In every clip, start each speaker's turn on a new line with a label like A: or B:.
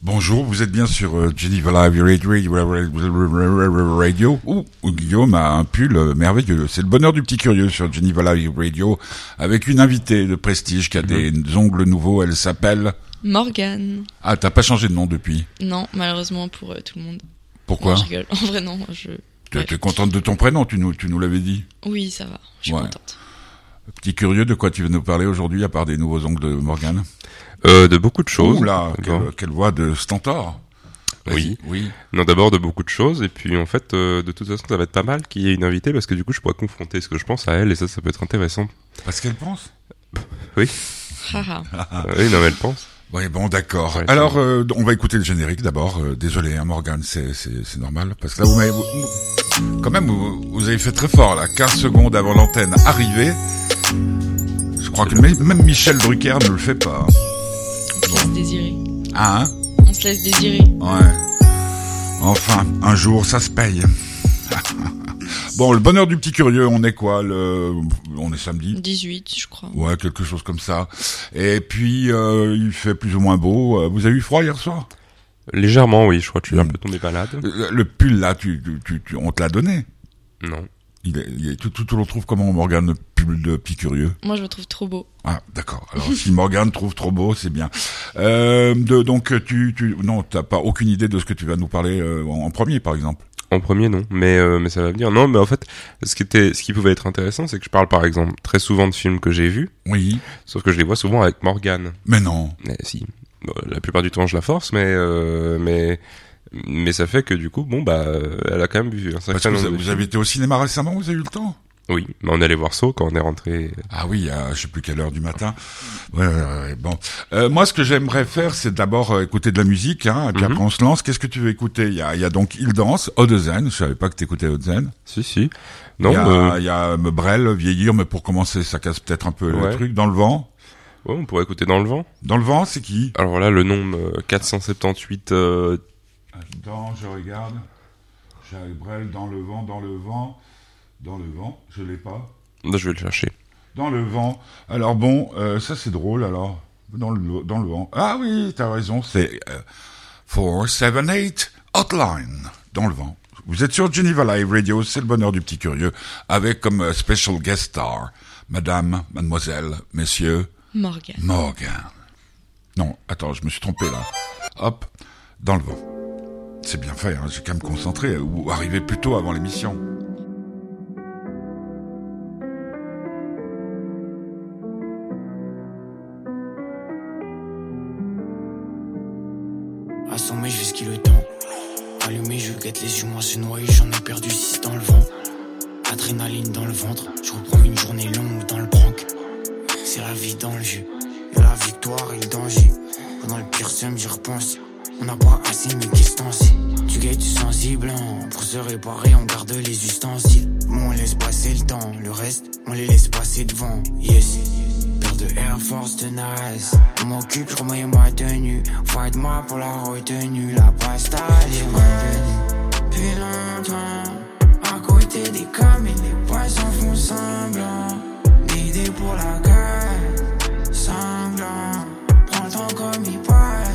A: Bonjour, vous êtes bien sur euh, Geneva Live Radio, Radio. Ouh, Guillaume a un pull euh, merveilleux. C'est le bonheur du petit curieux sur Geneva Live Radio avec une invitée de prestige qui a des ongles nouveaux. Elle s'appelle.
B: Morgane.
A: Ah, t'as pas changé de nom depuis.
B: Non, malheureusement pour euh, tout le monde.
A: Pourquoi
B: Non, je rigole. En vrai, non. Je...
A: Tu es contente de ton prénom, tu nous, tu nous l'avais dit.
B: Oui, ça va. Je suis
A: Ouais.
B: contente.
A: Petit curieux, de quoi tu veux nous parler aujourd'hui à part des nouveaux ongles de Morgane
C: Euh, de beaucoup de choses.
A: Ouh là,
C: D'abord-
A: quelle, quelle voix de Stentor Vas-y.
C: Oui.
A: Oui.
C: Non, d'abord de beaucoup de choses, et puis en fait, euh, de toute façon, ça va être pas mal qu'il y ait une invitée, parce que du coup, je pourrais confronter ce que je pense à elle, et ça, ça peut être intéressant.
A: Parce qu'elle pense
B: Haha.
A: Ah,
C: Euh, oui, non, mais elle pense.
A: Oui, bon, d'accord.
C: Ouais,
A: Alors,
C: c'est
A: euh, on va écouter le générique d'abord. Euh, désolé, hein, Morgane, c'est, c'est, c'est normal. Parce que là, vous m'avez... vous- Quand même, vous, vous avez fait très fort, là. 15 secondes avant l'antenne arrivée. Je crois que même même Michel Drucker ne le fait pas.
B: On se laisse désirer.
A: Ah, hein
B: On se laisse désirer.
A: Ouais. Enfin, un jour, ça se paye. bon, le bonheur du petit curieux, on est quoi le... On est samedi
B: 18, je crois.
A: Ouais, quelque chose comme ça. Et puis, euh, il fait plus ou moins beau. Euh, Vous avez eu froid hier soir
C: Légèrement, oui, je crois que je suis un
A: Mm.
C: peu tombé malade.
A: Euh, Le pull, là, tu, tu, tu- tu- on te l'a donné.
C: Non.
A: Il est, il est- tu, tu- tu le retrouves comment, Morgane, le pull de Petit Curieux
B: Moi, je me trouve trop beau.
A: Ah, d'accord. Alors, si Morgane trouve trop beau, c'est bien. Euh, de- donc, tu, tu... Non, t'as pas aucune idée de ce que tu vas nous parler euh, en, en premier, par exemple
C: En premier, non, mais, euh, mais ça va venir. Non, mais en fait, ce qui, était, ce qui pouvait être intéressant, c'est que je parle, par exemple, très souvent de films que j'ai vus,
A: Oui.
C: sauf que je les vois souvent avec Morgane.
A: Mais non.
C: Eh, si. Bon, la plupart du temps, je la force, mais, euh, mais, mais ça fait que du coup, bon, bah, euh, elle a quand même vu un
A: Parce
C: sacré
A: que vous,
C: nombre de
A: vous
C: films.
A: avez été au cinéma récemment, vous avez eu le temps
C: Oui, mais on allait voir Saw quand on est rentré.
A: Ah oui, à je sais plus quelle heure du matin. Ouais, ouais, ouais, bon, Euh, moi, ce que j'aimerais faire, c'est d'abord euh, écouter de la musique, hein, et puis
C: Mhm.
A: après on se lance. Qu'est-ce que tu veux écouter Il y a, il y a donc Il danse, Odezen. Je savais pas que t'écoutais Odezen.
C: Si, si.
A: Il
C: Non,
A: y a,
C: euh,
A: il y a Me Brel, vieillir, mais pour commencer, ça casse peut-être un peu le
C: Ouais.
A: truc. Dans le vent.
C: ouais, on pourrait écouter dans le vent.
A: Dans le vent, c'est qui
C: Alors là, le nom euh, 478. euh,
A: Attends, je regarde. J'avais Brel dans le vent, dans le vent, dans le vent. Je l'ai pas.
C: je vais le chercher.
A: Dans le vent. Alors bon, euh, ça c'est drôle alors. Dans le, dans le vent. Ah oui, t'as raison, c'est euh, 478 Hotline. Dans le vent. Vous êtes sur Geneva Live Radio, c'est le bonheur du petit curieux, avec comme euh, special guest star, madame, mademoiselle, messieurs,
B: Morgane.
A: Morgan. Non, attends, je me suis trompé là. Hop, dans le vent. C'est bien fait, hein, j'ai qu'à me concentrer euh, ou arriver plus tôt avant l'émission.
D: Assommé jusqu'il le temps. Allumé, je guette les yeux, moi c'est noyé, j'en ai perdu six dans le vent. Adrénaline dans le ventre, je reprends une journée longue dans le bronc. C'est la vie dans le jeu, y'a la victoire et le danger. Pendant le pire seum, j'y repense. On n'a pas assez mes distances. Tu gagnes, tu sensible, hein. pour se réparer, on garde les ustensiles. Bon, on laisse passer le temps, le reste, on les laisse passer devant. Yes, paire de Air Force de Nas. On m'occupe, je remets ma tenue. Fight moi pour la retenue, la pasta, les revenus. Depuis longtemps, à côté des cams et des poissons font semblant. D'idées pour la gueule, sanglant. Prends le temps comme il passe.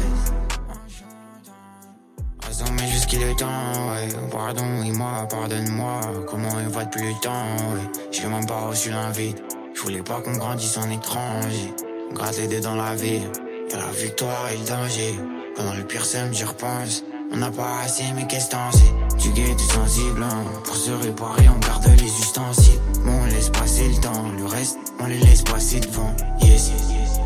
D: Assommé jusqu'il est temps, ouais. Pardon, et moi, pardonne-moi. Comment il va depuis le temps, ouais. J'ai même pas reçu l'invite. Je voulais pas qu'on grandisse en étranger. Gratte les deux dans la vie. Y'a la victoire et le danger. Pendant le pire sème, j'y repense. On n'a pas assez, mais qu'est-ce t'en sais Tu gais, tu sensible, hein. Pour se réparer, on garde les ustensiles. Bon, on laisse passer le temps. Le reste, on les laisse passer devant. Yes, yes, yes.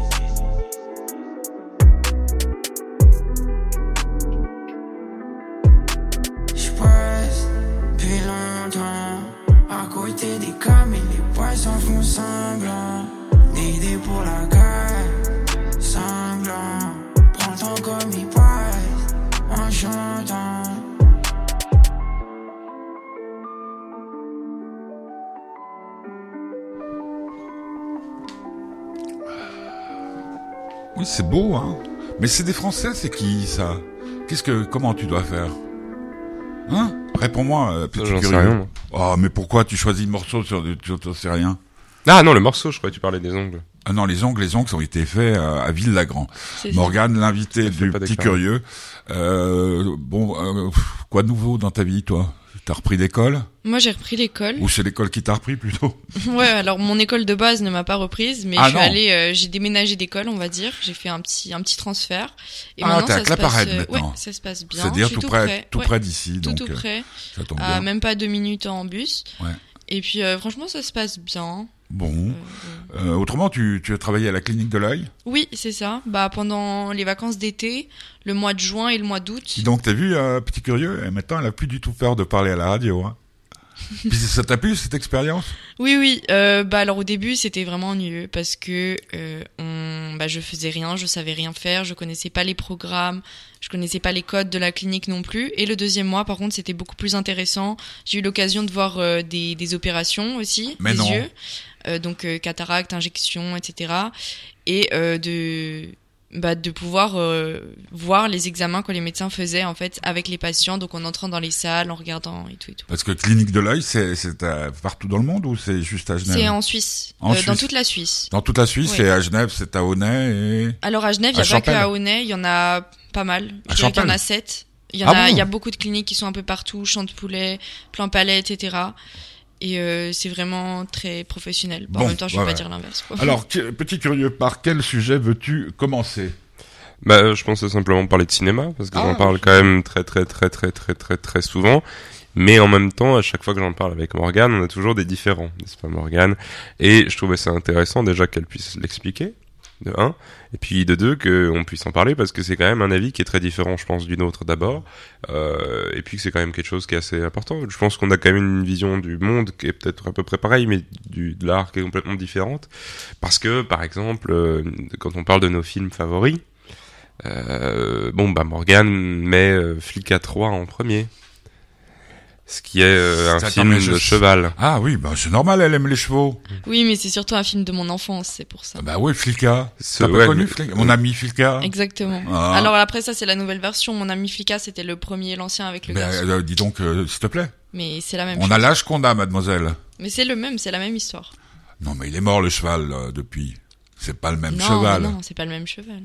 D: Je passe depuis longtemps à côté des cams et les poissons font semblant. Des idées pour la gueule, sanglant. Prends le temps comme il passe en chantant.
A: Oui, c'est beau, hein. Mais c'est des Français, c'est qui ça Qu'est-ce que, comment tu dois faire Hein Réponds-moi, euh, petit
C: J'en sais
A: curieux. Ah,
C: rien. moi.
A: Oh, mais pourquoi tu choisis le morceau sur du, sur, sur- c'est rien
C: Ah non, le morceau, je croyais que tu parlais des ongles.
A: Ah non, les ongles, les ongles ont été faits à, à Ville-Lagrand.
B: C'est ça.
A: Morgane, l'invité
C: Ça fait
A: du
C: pas
A: petit
C: d'expérience.
A: curieux. Euh, bon, euh, pff, quoi de nouveau dans ta vie, toi T'as repris l'école
B: Moi, j'ai repris l'école.
A: Ou c'est l'école qui t'a repris plutôt
B: Ouais, alors mon école de base ne m'a pas reprise, mais
A: Ah
B: je suis
A: non.
B: allée, euh, j'ai déménagé d'école, on va dire. J'ai fait un petit, un petit transfert. Et
A: Ah,
B: maintenant,
A: t'es à
B: ça se passe,
A: Claparède,
B: euh,
A: maintenant.
B: ouais, ça se passe bien.
A: C'est-à-dire
B: Je suis
A: tout près, tout
B: Ouais,
A: près d'ici,
B: tout,
A: donc
B: tout
A: euh,
B: près.
A: ça tombe
B: À
A: bien.
B: même pas deux minutes en bus.
A: Ouais.
B: Et puis, euh, franchement, ça se passe bien.
A: Bon.
B: Euh,
A: Euh, autrement, tu, tu as travaillé à la clinique de l'œil.
B: oui, c'est ça. Bah, pendant les vacances d'été, le mois de juin et le mois d'août.
A: Dis donc, t'as vu, euh, petit curieux, et maintenant, elle a plus du tout peur de parler à la radio. Hein. Puis ça t'a plu cette expérience
B: Oui, oui. Euh, bah alors au début c'était vraiment ennuyeux parce que euh, on, bah je faisais rien, je savais rien faire, je connaissais pas les programmes, je connaissais pas les codes de la clinique non plus. Et le deuxième mois, par contre, c'était beaucoup plus intéressant. J'ai eu l'occasion de voir euh, des, des opérations aussi,
A: Mais
B: des
A: non.
B: yeux, Euh, donc euh, cataracte, injection, etc. Et euh, de bah, de pouvoir euh, voir les examens que les médecins faisaient en fait avec les patients, donc en entrant dans les salles, en regardant et tout et tout.
A: Parce que clinique de l'œil, c'est c'est, euh, partout dans le monde ou c'est juste à
B: C'est
A: Genève
B: en Suisse,
A: En
B: euh, dans
A: Suisse.
B: toute la Suisse.
A: Dans toute la Suisse,
B: Ouais.
A: c'est à Genève, c'est à Honnay et...
B: Alors à Genève, il
A: À
B: n'y a pas que
A: Champel.
B: à Honnay, il y en a pas mal.
A: À
B: Je dirais qu'il y en
A: Champel.
B: a sept. Il y, en
A: Ah
B: a,
A: bon
B: il y a beaucoup de cliniques qui sont un peu partout, Chantepoulet, Plan Palais, etc. Et euh, c'est vraiment très professionnel. Bon,
A: Bon,
B: en même temps, je ne
A: ouais,
B: vais pas dire
A: ouais.
B: l'inverse. quoi.
A: Alors, qui- petit curieux, par quel sujet veux-tu commencer
C: Bah, euh, je pensais simplement parler de cinéma parce que
A: Ah,
C: j'en parle
A: ok.
C: quand même très très très très très très très souvent. Mais en même temps, à chaque fois que j'en parle avec Morgane, on a toujours des différents, n'est-ce pas Morgane Et je trouvais ça intéressant déjà qu'elle puisse l'expliquer, de un, et puis de deux, qu'on puisse en parler, parce que c'est quand même un avis qui est très différent, je pense, d'une autre d'abord, euh, et puis que c'est quand même quelque chose qui est assez important. Je pense qu'on a quand même une vision du monde qui est peut-être à peu près pareille, mais du, de l'art qui est complètement différente, parce que, par exemple, euh, quand on parle de nos films favoris, euh, bon, bah Morgan met euh, Flic à 3 en premier. Ce qui est euh, un
A: Attends,
C: film
A: mais je-
C: de cheval.
A: Ah oui, bah, c'est normal, elle aime les chevaux.
B: Oui, mais c'est surtout un film de mon enfance, c'est pour ça.
A: Ah Bah oui, Filka.
C: Ce-
A: T'as pas
C: ouais,
A: connu
C: mais-
A: Filka Mon ami Filka
B: Exactement.
A: Ah.
B: Alors après ça, c'est la nouvelle version. Mon ami Flica, c'était le premier, l'ancien avec le
A: Ben,
B: garçon.
A: euh, dis donc, euh, s'il te plaît.
B: Mais c'est la même
A: On
B: chose.
A: a l'âge qu'on a, mademoiselle.
B: Mais c'est le même, c'est la même histoire.
A: Non, mais il est mort, le cheval, euh, depuis. C'est pas le même
B: non,
A: cheval. Ah.
B: non, c'est pas le même cheval.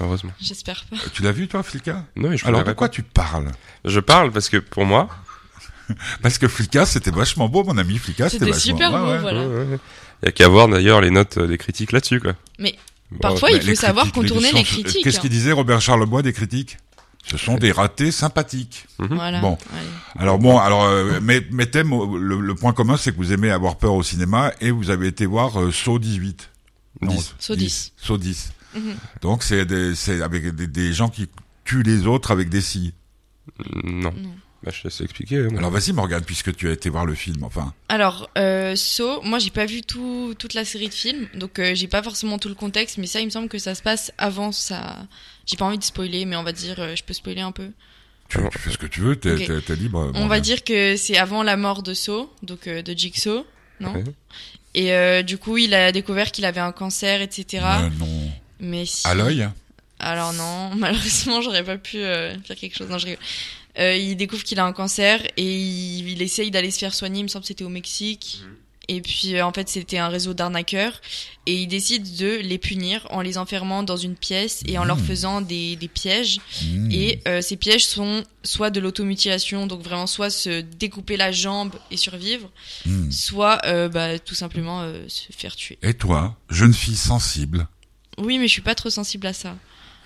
C: Heureusement.
B: J'espère pas.
A: Euh, Tu l'as vu, toi, Filka
C: Non, mais je
A: Alors, de
C: voulais
A: quoi tu parles
C: répondre. Je parle parce que pour moi,
A: Parce que Flika, c'était vachement beau, mon ami Flika, c'était
B: C'était
A: vachement
B: super
A: ouais,
B: beau,
A: ouais.
B: voilà.
C: ouais, ouais. il y a qu'à voir d'ailleurs les notes euh, des critiques là-dessus, quoi.
B: Mais
C: Bon,
B: parfois,
A: Oh, Mais
B: il faut
A: les
B: savoir
A: critiques,
B: contourner
A: sont-
B: les critiques.
A: Qu'est-ce
B: hein.
A: qu'il disait Robert Charlebois des critiques Ce sont des ratés sympathiques.
B: Voilà.
A: Bon.
B: Allez.
A: Alors bon, alors euh, mes, mes thèmes, euh, le, le point commun, c'est que vous aimez avoir peur au cinéma et vous avez été voir euh, Saw 18. Non,
C: Dix.
B: Saw
A: 10. Saw 10.
B: Mhm.
A: Donc c'est des- c'est avec des, des gens qui tuent les autres avec des scies.
C: Non.
B: Non.
C: Bah, je te laisse expliquer. hein.
A: Alors vas-y Morgane, puisque tu as été voir le film, enfin.
B: Alors, euh, So, moi j'ai pas vu tout, toute la série de films, donc euh, j'ai pas forcément tout le contexte, mais ça il me semble que ça se passe avant ça. J'ai pas envie de spoiler, mais on va dire, euh, je peux spoiler un peu.
A: Tu,
C: Alors,
A: tu fais ce que tu veux, t'es
B: ok.
A: t'es- t'es libre.
B: on va
A: Morgane.
B: dire que c'est avant la mort de So, donc euh, de Jigsaw, non
C: Ouais.
B: Et euh, du coup, il a découvert qu'il avait un cancer, etc.
A: Euh, non.
B: Mais si.
A: À l'œil
B: Alors non, malheureusement, j'aurais pas pu euh, faire quelque chose. Non, je rigole. Euh, il découvre qu'il a un cancer et il, il essaye d'aller se faire soigner. Il me semble que c'était au Mexique. Et puis euh, en fait, c'était un réseau d'arnaqueurs et il décide de les punir en les enfermant dans une pièce et en leur
A: Mhm.
B: faisant des, des pièges.
A: Mmh.
B: Et euh, ces pièges sont soit de l'automutilation, donc vraiment soit se découper la jambe et survivre,
A: Mmh.
B: soit euh, bah, tout simplement euh, se faire tuer.
A: Et toi, jeune fille sensible
B: Oui, mais je suis pas trop sensible à ça.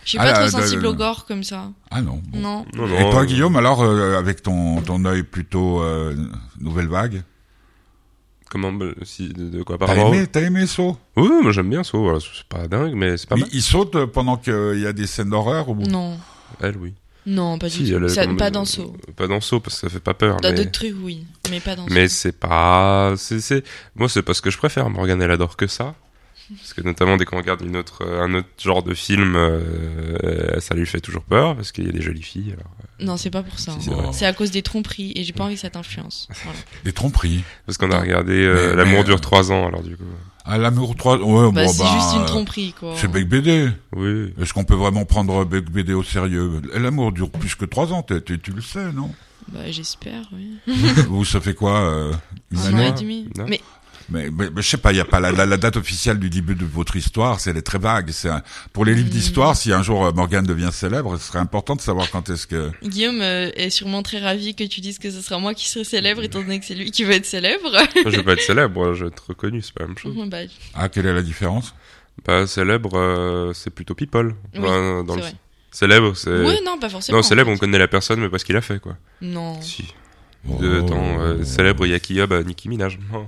B: Je suis
A: Ah
B: pas
A: là,
B: trop
A: là, là,
B: sensible
A: là.
B: au gore comme ça.
A: Ah non. bon.
B: Non.
C: Non,
A: Et
C: non,
A: toi,
C: euh,
A: Guillaume, alors, euh, avec ton, ton œil plutôt euh, nouvelle vague
C: Comment euh, si, de, de quoi
A: T'as
C: par rapport
A: aimé, t'as aimé Saw
C: Oui, oui, moi j'aime bien ça. Voilà, c'est pas dingue, mais c'est pas
A: il,
C: mal.
A: il saute euh, pendant qu'il y a des scènes d'horreur ou
B: Non.
C: Elle, oui.
B: Non, pas
C: Si,
B: du tout.
C: elle,
B: Ça-
C: comme-
B: pas dans Saw.
C: Pas dans saut parce que ça fait pas peur.
B: Dans
C: mais...
B: d'autres trucs, oui. Mais pas dans
C: Mais
B: Saw.
C: c'est pas, c'est, c'est, moi c'est pas ce que je préfère. Morgane elle adore que ça. Parce que notamment dès qu'on regarde une autre, euh, un autre genre de film, euh, ça lui fait toujours peur parce qu'il y a des jolies filles. Alors.
B: Non, c'est pas pour ça.
C: Si,
B: hein.
A: c'est vrai.
B: C'est à cause des tromperies et j'ai pas envie que ça t'influence. Voilà.
A: Des tromperies.
C: Parce qu'on a regardé euh,
A: Mais-
C: L'amour
A: mais,
C: dure
A: euh,
C: trois ans alors du coup.
A: Ah, l'amour 3... Ouais,
B: Bah,
A: bon,
B: c'est
A: ben,
B: juste une
A: euh,
B: tromperie, quoi.
A: C'est Bec BD.
C: Oui.
A: Est-ce qu'on peut vraiment prendre Bec BD au sérieux L'amour dure plus que trois ans, t'es- t'es- tu le sais, non
B: Bah, j'espère, oui.
A: Ou ça fait quoi euh, une
B: Un
A: année
B: an et demi.
C: Non.
B: Mais
A: Mais, mais- mais je sais pas, il y a pas la, la- la date officielle du début de votre histoire, c'est elle est très vague. C'est un- pour les livres d'histoire, si un jour euh, Morgane devient célèbre, ce serait important de savoir quand est-ce que.
B: Guillaume euh, est sûrement très ravi que tu dises que ce sera moi qui serai célèbre, étant donné que c'est lui qui veut être célèbre.
C: Moi, je veux pas être célèbre, je veux être reconnu, c'est pas la même chose.
B: Bah,
A: Ah, quelle est la différence
C: Bah, célèbre, euh, c'est plutôt people.
B: Oui,
C: Enfin,
B: c'est
C: le-
B: vrai.
C: Célèbre, c'est.
B: ouais, non, pas forcément.
C: Euh, non, célèbre,
B: en
C: on
B: fait.
C: connaît la personne, mais pas ce qu'il a fait, quoi.
B: Non,
C: Si.
A: Oh.
C: De- attends, euh, célèbre, il y a Kiyob à Nicki Minaj. Non.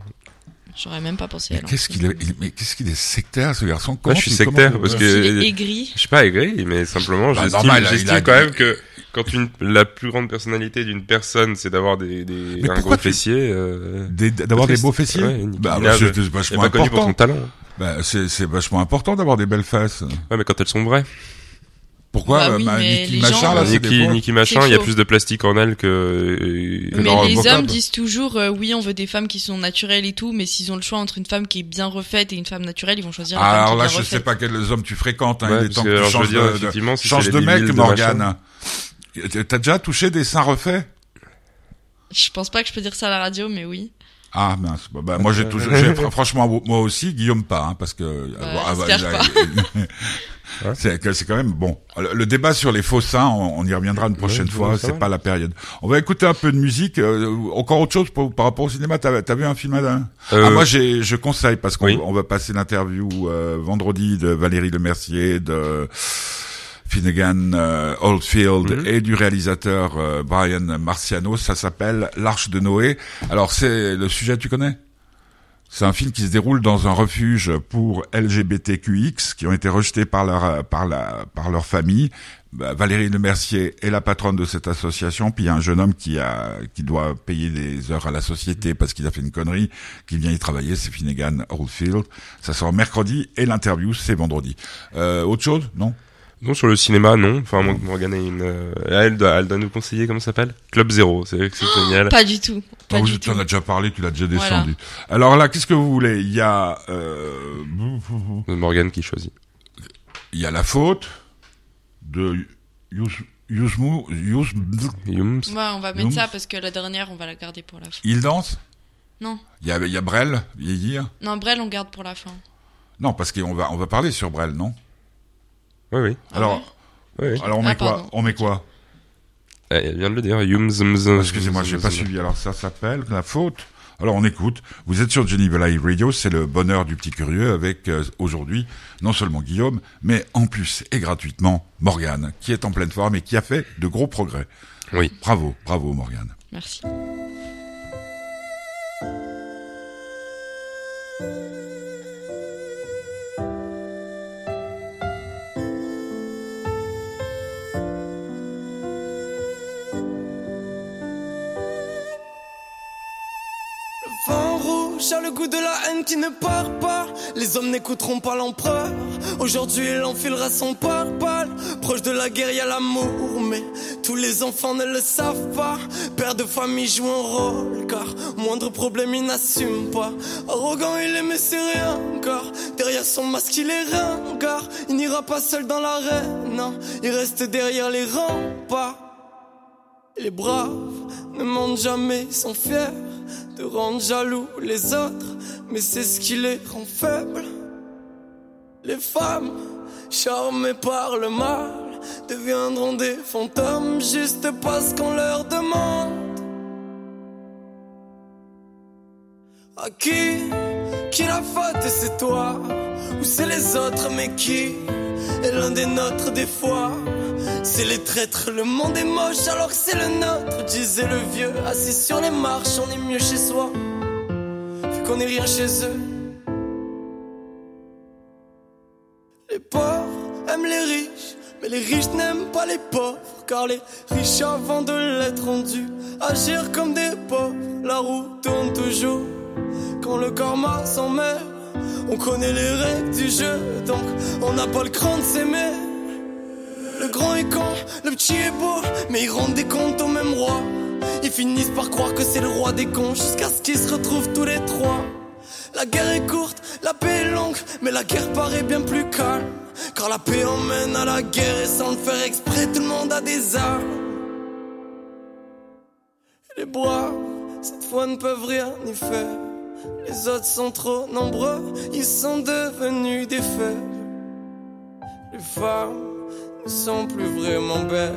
B: j'aurais même pas pensé à
A: Mais qu'est-ce qu'il est, mais qu'est-ce qu'il est sectaire ce garçon
C: Moi,
A: Comment
C: je suis
A: tu- comment
C: sectaire,
A: tu-
C: parce que-
B: Il
C: Euh,
B: est aigri.
C: Je suis pas aigri, mais simplement,
A: Bah,
C: j'estime
A: normal, il a-
C: j'estime
A: il a-
C: quand même que quand une, la plus grande personnalité d'une personne, c'est d'avoir des, des,
A: Mais
C: un gros
A: pourquoi tu-
C: fessier. euh,
A: Des- d'avoir des
C: Triste.
A: beaux fessiers
C: Ouais, Nicki
A: bah,
C: Minaj,
A: c'est c'est
C: elle est
A: vachement
C: pas connue pour son
A: important.
C: talent.
A: Bah, c'est c'est vachement important d'avoir des belles fesses.
C: Ouais, mais quand elles sont vraies.
A: Pourquoi
B: Bah
A: euh,
B: oui,
A: ma-
B: mais
A: Nicki
B: les
A: Machin
B: gens-
A: là, c'est des
C: Nicki,
A: pauvres.
C: Nicki Machin, il y a
B: chaud.
C: plus de plastique en elle que. que
B: Mais
A: Laura
B: les
A: Bocab.
B: hommes disent toujours euh, oui, on veut des femmes qui sont naturelles et tout, mais s'ils ont le choix entre une femme qui est bien refaite et une femme naturelle, ils vont choisir la femme
A: Ah, Alors
B: qui est
A: là,
B: bien
A: je sais
B: refaite.
A: pas quels hommes tu fréquentes. Hein,
C: Ouais,
A: il
C: parce
A: est temps
C: que,
A: que tu
C: alors, je veux
A: changes
C: dire,
A: de- de,
C: effectivement, si
A: change
C: c'est
A: de
C: les
A: mec,
C: Lil de
A: Morgane. T'as déjà touché des seins refaits
B: Je pense pas que je peux dire ça à la radio, mais oui.
A: Ah mince, bah, bah, moi j'ai toujours, j'ai- fr- franchement moi aussi, Guillaume pas, hein, parce que ah, bah,
B: j'espère
A: là, il- c'est que- c'est quand même bon. Le, le débat sur les faux seins, on, on y reviendra une prochaine
C: Ouais,
A: fois.
C: ça va.
A: C'est pas la période. On va écouter un peu de musique. euh, encore autre chose pour- par rapport au cinéma. T'as as vu un film Alain
C: Euh,
A: Ah, moi, j'ai, je conseille parce qu'on
C: oui.
A: on va passer l'interview euh, vendredi de Valérie Lemercier, de Finnegan euh, Oldfield
C: Mhm.
A: et du réalisateur euh, Brian Marciano. Ça s'appelle L'Arche de Noé. Alors, c'est le sujet, tu connais c'est un film qui se déroule dans un refuge pour LGBTQX qui ont été rejetés par leur euh, par la par leur famille. Bah, Valérie Lemercier est la patronne de cette association, puis il y a un jeune homme qui a qui doit payer des heures à la société parce qu'il a fait une connerie, qui vient y travailler, c'est Finnegan Oldfield. Ça sort mercredi et l'interview c'est vendredi. Euh, autre chose Non.
C: Non, sur le cinéma, non. Enfin, Mo- Morgane a une. euh, elle, doit, elle doit nous conseiller, comment ça s'appelle Club Zéro, c'est exceptionnel.
B: Pas du tout. Pas
A: Ah,
B: du
A: vous
B: tout.
A: en as déjà parlé, tu l'as déjà
B: Voilà.
A: descendu. Alors là, qu'est-ce que vous voulez Il y a euh,
B: Ah,
C: Morgane qui choisit.
A: il y a la faute de Yus- Yusmu Yus-
C: Yums.
B: Ouais, on va
A: Non.
B: mettre ça parce que la dernière, on va la garder pour la fin.
A: Il danse
B: Non.
A: Il y a, il y a Brel, vieillir
B: Non, Brel, on garde pour la fin.
A: Non, parce qu'on va, on va parler sur Brel, non
C: Oui, oui.
B: Ah
A: Alors,
B: ouais
C: oui, oui.
A: alors on met
B: Ah,
A: quoi
B: pardon.
A: On met quoi
C: Eh, Elle vient de le dire. Yums. zum, zum,
A: Excusez-moi,
C: zum,
A: je n'ai
C: zum,
A: pas
C: zum.
A: suivi. Alors ça s'appelle La Faute. Alors on écoute. Vous êtes sur Geneva Live Radio, c'est le bonheur du petit curieux avec euh, aujourd'hui non seulement Guillaume, mais en plus et gratuitement Morgane, qui est en pleine forme et qui a fait de gros progrès.
C: Oui.
A: Bravo, bravo Morgane.
B: Merci.
E: Vin rouge a le goût de la haine qui ne part pas. Les hommes n'écouteront pas l'empereur. Aujourd'hui, il enfilera son pare-balles. Proche de la guerre, il y a l'amour, mais tous les enfants ne le savent pas. Père de famille joue un rôle, car moindre problème, il n'assume pas. Arrogant, il est, mais c'est rien, car derrière son masque, il est ringard. Il n'ira pas seul dans l'arène, hein. il reste derrière les remparts. Les braves ne mentent jamais, sont fiers de rendre jaloux les autres, mais c'est ce qui les rend faibles. Les femmes, charmées par le mal, deviendront des fantômes juste parce qu'on leur demande. À qui Qui la faute C'est toi Ou c'est les autres Mais qui est l'un des nôtres des fois C'est les traîtres, le monde est moche alors que c'est le nôtre Disait le vieux, assis sur les marches, on est mieux chez soi Vu qu'on est rien chez eux Les pauvres aiment les riches, mais les riches n'aiment pas les pauvres, car les riches avant de l'être ont dû agir comme des pauvres. La roue tourne toujours quand le karma s'en mêle. On connaît les règles du jeu, donc on n'a pas le cran de s'aimer. Le grand est con, le petit est beau, mais ils rendent des comptes au même roi. Ils finissent par croire que c'est le roi des cons jusqu'à ce qu'ils se retrouvent tous les trois. La guerre est courte, la paix est longue, mais la guerre paraît bien plus calme. Car la paix emmène à la guerre et sans le faire exprès, tout le monde a des armes. Les bois, cette fois, ne peuvent rien y faire. Les autres sont trop nombreux, ils sont devenus des faibles. Les femmes ne sont plus vraiment belles,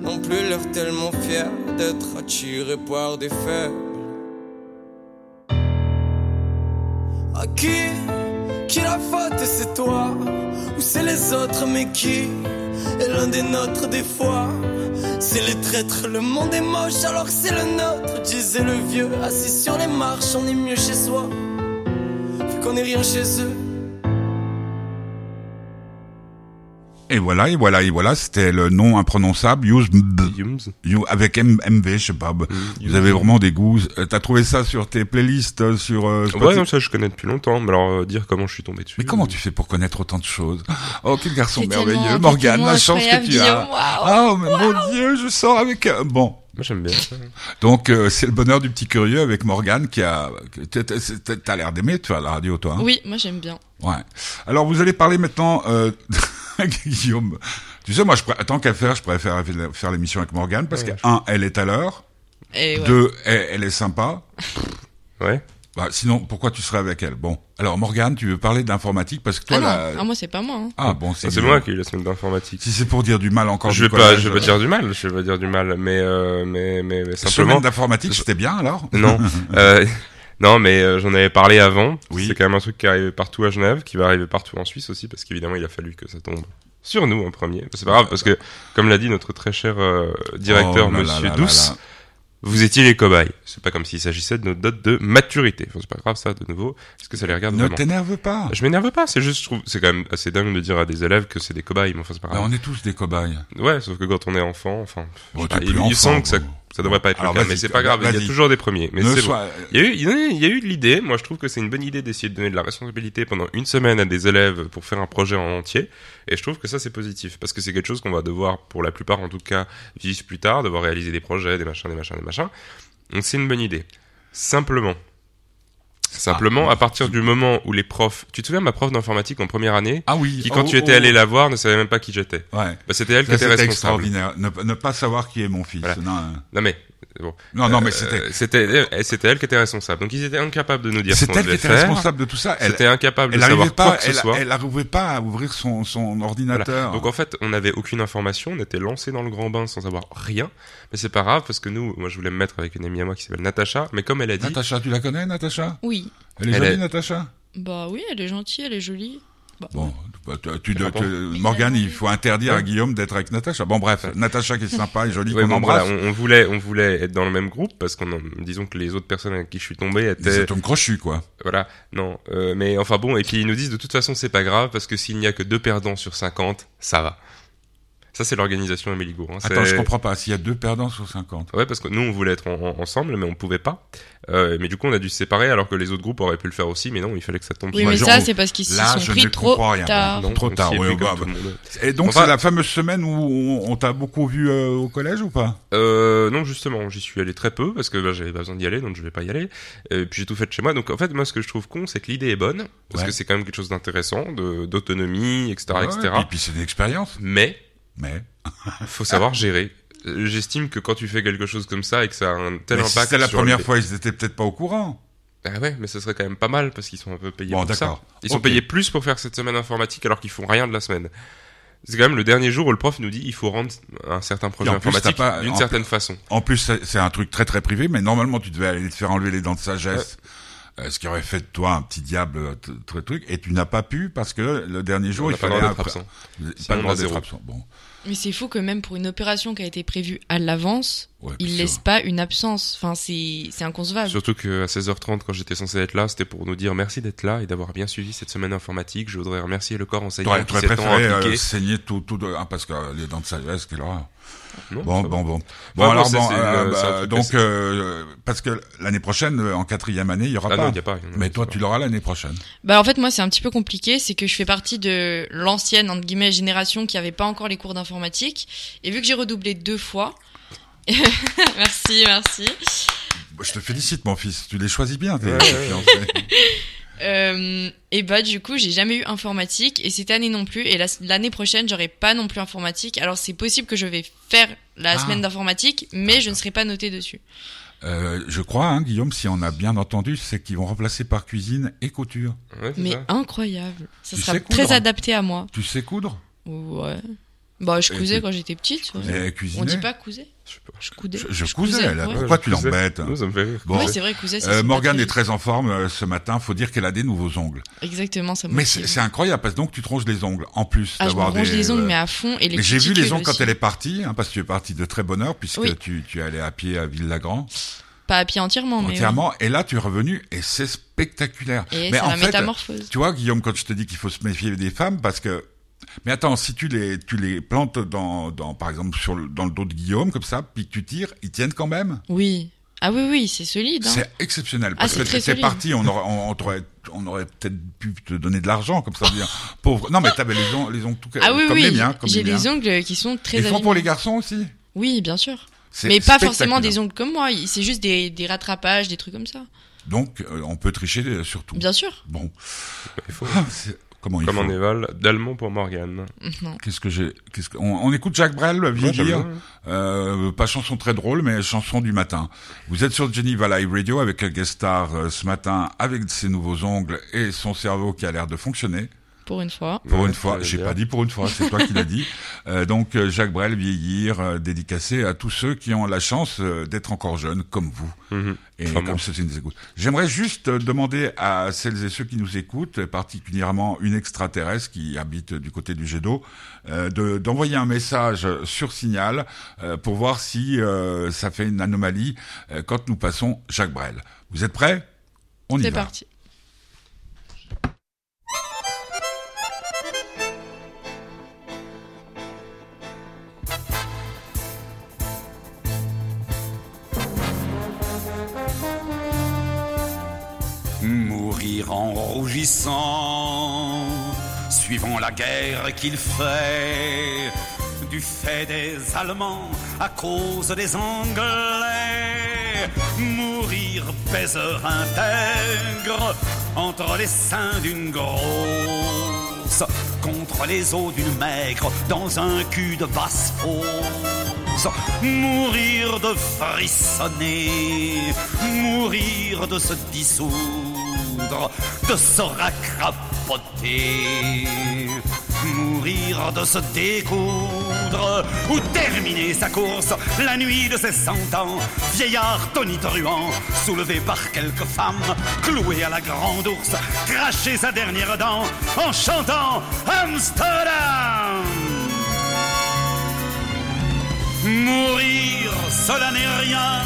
E: non plus l'air tellement fier d'être attirées par des faibles. À qui Qui la faute C'est toi Ou c'est les autres Mais qui est l'un des nôtres des fois C'est les traîtres, le monde est moche alors c'est le nôtre Disait le vieux, assis sur les marches, on est mieux chez soi Vu qu'on est rien chez eux
A: Et voilà, et voilà, et voilà, c'était le nom imprononçable, Use
C: Humes.
A: You- avec M- MV, je sais pas.
C: Mm,
A: Vous avez vraiment des goûts. Euh, T'as trouvé ça sur tes playlists, euh, sur euh, Spotify
C: Ouais, non, ça je connais depuis longtemps, mais alors euh, dire comment je suis tombé dessus.
A: Mais comment tu fais pour connaître autant de choses Oh, quel garçon
B: T'es tellement-
A: merveilleux,
B: t'es
A: Morgane,
B: tellement
A: la chance que
B: incroyable,
A: tu as.
B: Guillaume, waouh.
A: Ah, mais mon Dieu, je sors avec... euh, Bon,
C: Moi j'aime bien ça.
A: donc euh, c'est le bonheur du petit curieux avec Morgane qui a... t'as- t'as- t'as- T'as l'air d'aimer, tu vois, la radio, toi. hein
B: Oui, moi j'aime bien.
A: Ouais. Alors vous allez parler maintenant, euh, Guillaume. Tu sais, moi, je pr- tant qu'à faire, je préfère faire l'émission avec Morgane parce
C: Ouais,
A: que, un, elle est à l'heure.
B: Et ouais.
A: Deux, elle, elle est sympa.
C: Ouais.
A: Bah, sinon, pourquoi tu serais avec elle Bon, alors Morgane, tu veux parler d'informatique parce que toi,
B: ah non,
A: la-
B: ah, moi c'est pas moi. hein.
A: Ah, bon,
C: Ah,
A: c'est
C: C'est
A: bien.
C: moi qui ai eu la semaine d'informatique.
A: Si c'est pour dire du mal encore
C: je
A: du
C: vais pas,
A: collège,
C: je vais pas
A: euh,
C: dire du mal, je vais pas dire du mal, mais euh, mais mais, mais
A: Semaine
C: simplement.
A: d'informatique, c'était bien alors
C: Non, euh, non, mais euh, j'en avais parlé avant.
A: Oui.
C: C'est quand même un truc qui est arrivé partout à Genève, qui va arriver partout en Suisse aussi, parce qu'évidemment il a fallu que ça tombe sur nous en premier. C'est pas grave, parce que comme l'a dit notre très cher euh, directeur
A: Oh là là
C: Monsieur
A: là là
C: Douce,
A: là.
C: vous étiez les cobayes. C'est pas comme s'il s'agissait de notre date de maturité. Enfin, c'est pas grave ça, de nouveau. Est-ce que ça les regarde
A: Ne
C: Ah, vraiment
A: t'énerve pas.
C: Je m'énerve pas, c'est juste, je trouve, c'est quand même assez dingue de dire à des élèves que c'est des cobayes, mais enfin, c'est pas
A: Bah,
C: grave.
A: on est tous des cobayes.
C: Ouais, sauf que quand on est enfant, enfin,
A: Bon,
C: je sais
A: t'es
C: pas,
A: plus
C: il, il
A: enfant,
C: semble que ça,
A: bon.
C: ça devrait pas être
A: Alors,
C: le cas,
A: vas-y,
C: mais c'est pas grave, il y
A: vas-y.
C: a toujours des premiers, mais
A: Ne
C: c'est bon.
A: sois-
C: Il y a eu, il y en a- il y a eu de l'idée. Moi, je trouve que c'est une bonne idée d'essayer de donner de la responsabilité pendant une semaine à des élèves pour faire un projet en entier. Et je trouve que ça, c'est positif. Parce que c'est quelque chose qu'on va devoir, pour la plupart, en tout cas, vivre plus tard, devoir réaliser des projets, des machins, des machins, des machins. Donc, c'est une bonne idée. Simplement.
A: Ah,
C: Simplement, à partir du moment où les profs, tu te souviens de ma prof d'informatique en première année,
A: Ah oui.
C: qui quand
A: oh,
C: tu étais
A: oh.
C: allé la voir ne savait même pas qui j'étais.
A: Ouais.
C: Bah, c'était elle qui
A: Ça,
C: était
A: C'était
C: responsable.
A: extraordinaire. Ne, ne pas savoir qui est mon fils.
C: Voilà.
A: Non, euh,
C: Non mais bon.
A: Ah, non, non, mais
C: Euh,
A: c'était.
C: c'était elle- c'était elle qui était responsable. Donc ils étaient incapables de nous dire ce
A: C'est
C: qu'on
A: elle qui
C: devait
A: était
C: faire.
A: responsable de tout ça. Elle,
C: C'était incapable
A: elle
C: de
A: arrivait
C: savoir quoi
A: pas,
C: que ce
A: elle,
C: soit.
A: elle arrivait pas à ouvrir son, son
C: Voilà.
A: ordinateur.
C: Donc en fait, on n'avait aucune information, on était lancé dans le grand bain sans savoir rien. Mais c'est pas grave parce que nous, moi je voulais me mettre avec une amie à moi qui s'appelle Natacha, mais comme elle a dit,
A: Natacha, tu la connais, Natacha
B: Oui.
A: Elle est
C: Elle
A: jolie,
C: est-
A: Natacha
B: Bah oui, elle est gentille, elle est jolie. Bah,
A: Bon, bah, tu, tu-
C: Quel
A: tu-
C: rapport
A: Morgane, il faut interdire à
C: Ouais.
A: Guillaume d'être avec Natacha. Bon, bref, Natacha qui est sympa et jolie,
C: Ouais,
A: qu'on
C: bon, voilà,
A: embrasse.
C: on, on voulait, on voulait être dans le même groupe parce qu'on, en- disons que les autres personnes avec qui je suis tombé étaient,
A: C'est un crochu, quoi.
C: voilà, non, euh, mais enfin bon, et puis ils nous disent de toute façon c'est pas grave parce que s'il n'y a que deux perdants sur 50, ça va. Ça c'est l'organisation Amélie Gourand. C'est-
A: Attends, je comprends pas. S'il y a deux perdants sur 50.
C: Ouais, parce que nous, on voulait être en- en- ensemble, mais on pouvait pas. Euh, mais du coup, on a dû se séparer, alors que les autres groupes auraient pu le faire aussi, mais non, il fallait que ça tombe
B: Oui,
C: sur
B: mais
C: les gens.
B: ça, c'est parce qu'ils se
A: là,
B: sont
A: je
B: pris
A: ne
B: trop
A: comprends rien.
B: tard.
C: Non,
A: trop
C: on
A: tard,
C: s'y est pris
A: ouais, bah,
C: comme tout le monde.
A: Et donc,
C: Enfin-
A: c'est la fameuse semaine où on, on t'a beaucoup vu euh, au collège ou pas
C: Euh, non, justement, j'y suis allé très peu, parce que bah, j'avais pas besoin d'y aller, donc je vais pas y aller. Et puis j'ai tout fait de chez moi. Donc en fait, moi, ce que je trouve con, c'est que l'idée est bonne, parce
A: Ouais.
C: que c'est quand même quelque chose d'intéressant, de- d'autonomie, etc.,
A: Ouais,
C: etc.
A: Et puis, Ah. c'est une expérience.
C: Mais,
A: Mais,
C: faut savoir gérer. Euh, J'estime que quand tu fais quelque chose comme ça et que ça a un tel
A: mais si
C: impact.
A: c'était la
C: sur
A: première
C: le-
A: fois, ils étaient peut-être pas au courant.
C: Ah ouais, mais ce serait quand même pas mal parce qu'ils sont un peu payés
A: Bon,
C: pour ça.
A: d'accord.
C: Ils sont
A: Ok.
C: payés plus pour faire cette semaine informatique alors qu'ils font rien de la semaine. C'est quand même le dernier jour où le prof nous dit il faut rendre un certain projet
A: Et en plus, t'as
C: informatique
A: pas-
C: d'une
A: en
C: certaine façon.
A: En plus, c'est- c'est un truc très très privé, mais normalement, tu devais aller te faire enlever les dents de sagesse. euh, ce qui aurait fait de toi un petit diable, euh, t- très truc, et tu n'as pas pu parce que le dernier jour
C: On
A: il
C: n'a pas le
A: fallait
C: droit d'être absent.
A: un- pas
C: Sinon,
A: le
C: on
A: droit
C: a
A: d'être
C: zéro.
A: absent. Bon,
B: Mais c'est fou que même pour une opération qui a été prévue à l'avance,
A: ouais, puis euh,
B: ils
A: ça-
B: laissent pas une absence. Enfin, c'est c'est inconcevable.
C: Surtout qu'à 16h30, quand j'étais censé être là, c'était pour nous dire merci d'être là et d'avoir bien suivi cette semaine informatique. Je voudrais remercier le corps enseignant
A: T'aurais
C: qui
A: t'aurais
C: s'est tant
A: préféré euh,
C: impliqué.
A: saigner tout, tout de- ah, parce que euh, les dents de sagesse, quelle horreur.
C: Non,
A: euh, Bon,
C: ça va.
A: bon, bon. Bon,
C: bon,
A: alors
C: ça,
A: bon,
C: c'est une-
A: euh,
C: c'est un
A: bah,
C: truc
A: donc,
C: assez-
A: euh, parce que l'année prochaine, euh, en quatrième année, il y aura
C: Ah
A: pas.
C: non, il y a pas.
A: Mais toi, tu l'auras l'année prochaine.
B: Bah en fait moi c'est un petit peu compliqué, c'est que je fais partie de l'ancienne entre guillemets génération qui avait pas encore les cours d'informatique et vu que j'ai redoublé deux fois. merci, merci.
A: Bah, Je te félicite, mon fils. Tu les choisis bien. tes-
C: Ouais,
A: tes
C: ouais, ouais.
A: fiancés.
B: Euh, et bah du coup j'ai jamais eu informatique et cette année non plus et la- l'année prochaine j'aurai pas non plus informatique. Alors c'est possible que je vais faire la
A: Ah.
B: semaine d'informatique mais je ne serai pas notée dessus.
A: Euh, je crois, hein, Guillaume, si on a bien entendu, c'est qu'ils vont remplacer par cuisine et couture.
C: Ouais, c'est
B: Mais
C: ça.
B: incroyable. Ça
A: Tu
B: sera
A: sais coudre,
B: très
A: hein.
B: adapté à moi.
A: Tu sais coudre
B: Ouais. Bah, je
A: Et
B: cousais
A: tu-
B: quand j'étais petite. ouais.
A: et
B: On
A: cuisiner
B: dit pas couser
C: Je sais pas.
B: Je coudais.
A: Je,
B: cousais,
A: je cousais, là.
B: ouais.
A: Pourquoi
C: Ouais,
A: tu
C: je sais.
A: l'embêtes
C: Nous, ça me fait rire.
A: Bon.
B: Oui, c'est vrai, couser, ça
A: Euh,
B: c'est pas
A: Morgane
B: très-
A: est très en forme euh, ce matin. Faut dire qu'elle a des nouveaux ongles.
B: Ah, Exactement, ça me
A: Mais
B: motive.
A: c'est c'est incroyable parce que donc tu te ronges les ongles en plus
B: Ah, je me
A: d'avoir des.
B: ronge les ongles,
A: euh,
B: mais à fond. Et les
A: mais j'ai vu les
B: cuticules
A: ongles quand
B: aussi.
A: elle est partie, hein, parce que tu es partie de très bonne heure puisque
B: Oui.
A: tu, tu es allée à pied à Ville-Lagrand
B: Pas à pied entièrement, mais.
A: entièrement. Et là, tu es revenue et c'est spectaculaire.
B: ouais. Et
A: mais
B: c'est
A: en
B: la
A: fait,
B: métamorphose.
A: tu vois, Guillaume, quand je te dis qu'il faut se méfier des femmes, parce que mais attends, si tu les tu les plantes dans, dans par exemple sur le, dans le dos de Guillaume comme ça, puis que tu tires, ils tiennent quand même.
B: Oui. Ah oui, oui, c'est solide. hein.
A: C'est exceptionnel.
B: Ah,
A: Parce
B: c'est
A: que
B: très
A: t'étais
B: solide.
A: parti, on aurait, on, on t'aurait- on aurait peut-être pu te donner de l'argent, comme ça. dire, Pauvre. Non, mais t'avais les ongles, les ongles tout
B: Ah oui,
A: euh, comme
B: oui.
A: les miens, comme
B: J'ai
A: les miens.
B: des ongles qui sont très
A: Ils font
B: abîmés.
A: pour les garçons aussi.
B: Oui, bien sûr.
A: C'est
B: Mais pas forcément des
A: spectaculaire.
B: ongles comme moi. il- C'est juste des, des rattrapages, des trucs comme ça.
A: Donc, euh, on peut tricher euh, sur tout.
B: Bien sûr.
A: Bon. Ah,
C: Il faut.
A: C'est- Comment il
C: Comme
A: faut
C: en Éval, d'allemand pour Morgane.
B: Non.
A: Qu'est-ce que j'ai Qu'est-ce que... on, on écoute Jacques Brel
C: Moi, j'aime
A: vieillir.
C: bien.
A: Euh, pas chanson très drôle, mais chanson du matin. Vous êtes sur Jenny Valley Radio avec un guest star euh, ce matin, avec ses nouveaux ongles et son cerveau qui a l'air de fonctionner.
B: Pour une fois.
A: Pour
C: Ouais,
A: une fois,
C: j'allais
A: j'ai
C: dire.
A: pas dit pour une fois, c'est toi qui l'as dit. Euh, donc euh, Jacques Brel, vieillir, euh, dédicacé à tous ceux qui ont la chance euh, d'être encore jeunes, comme vous
C: Mhm.
A: et
C: Enfin,
A: comme
C: moi.
A: ceux qui nous écoutent. J'aimerais juste euh, demander à celles et ceux qui nous écoutent, euh, particulièrement une extraterrestre qui habite du côté du jet d'eau, euh, de- d'envoyer un message sur Signal euh, pour voir si euh, ça fait une anomalie euh, quand nous passons Jacques Brel. Vous êtes prêts On y
B: C'est
A: va.
B: parti.
F: mourir en rougissant, suivant la guerre qu'il fait, du fait des Allemands à cause des Anglais, mourir baiser intègre entre les seins d'une grosse, contre les os d'une maigre, dans un cul de basse-fosse, mourir de frissonner, mourir de se dissoudre, de se racrapoter, mourir de se découdre ou terminer sa course la nuit de ses cent ans, vieillard tonitruant, soulevé par quelques femmes, cloué à la grande ours, cracher sa dernière dent en chantant Amsterdam. Mourir, cela n'est rien.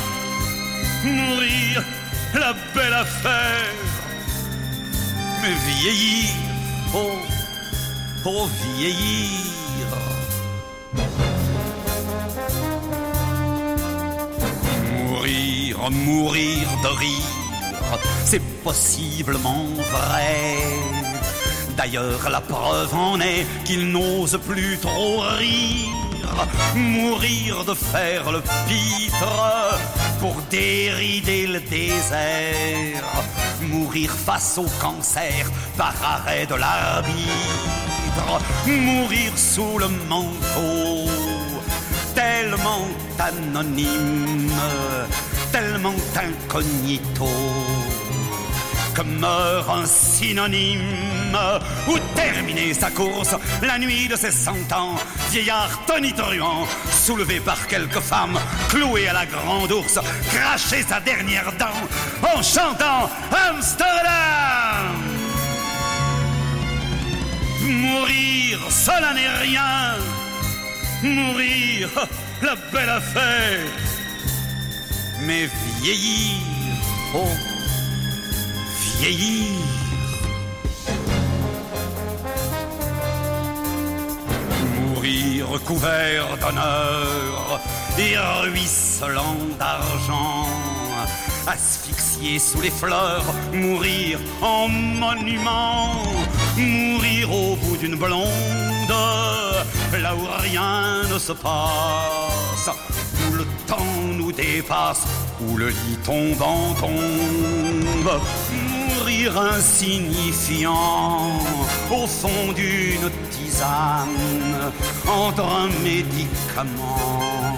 F: Mourir, la belle affaire. Mais vieillir, oh, oh vieillir. Mourir, mourir de rire, c'est possiblement vrai. D'ailleurs, la preuve en est qu'il n'ose plus trop rire. Mourir de faire le pitre pour dérider le désert. Mourir face au cancer par arrêt de l'arbitre. Mourir sous le manteau tellement anonyme, tellement incognito, que meurt un synonyme, ou terminer sa course la nuit de ses cent ans, vieillard tonitruant, soulevé par quelques femmes, cloué à la grande ours, cracher sa dernière dent en chantant Amsterdam. Mourir, cela n'est rien mourir, la belle affaire. Mais vieillir, oh, vieillir. Mourir couvert d'honneur et ruisselant d'argent. Asphyxié sous les fleurs, mourir en monument. Mourir au bout d'une blonde, là où rien ne se passe. Où le temps nous dépasse, où le lit tombant tombe. Mourir rire insignifiant au fond d'une tisane entre un médicament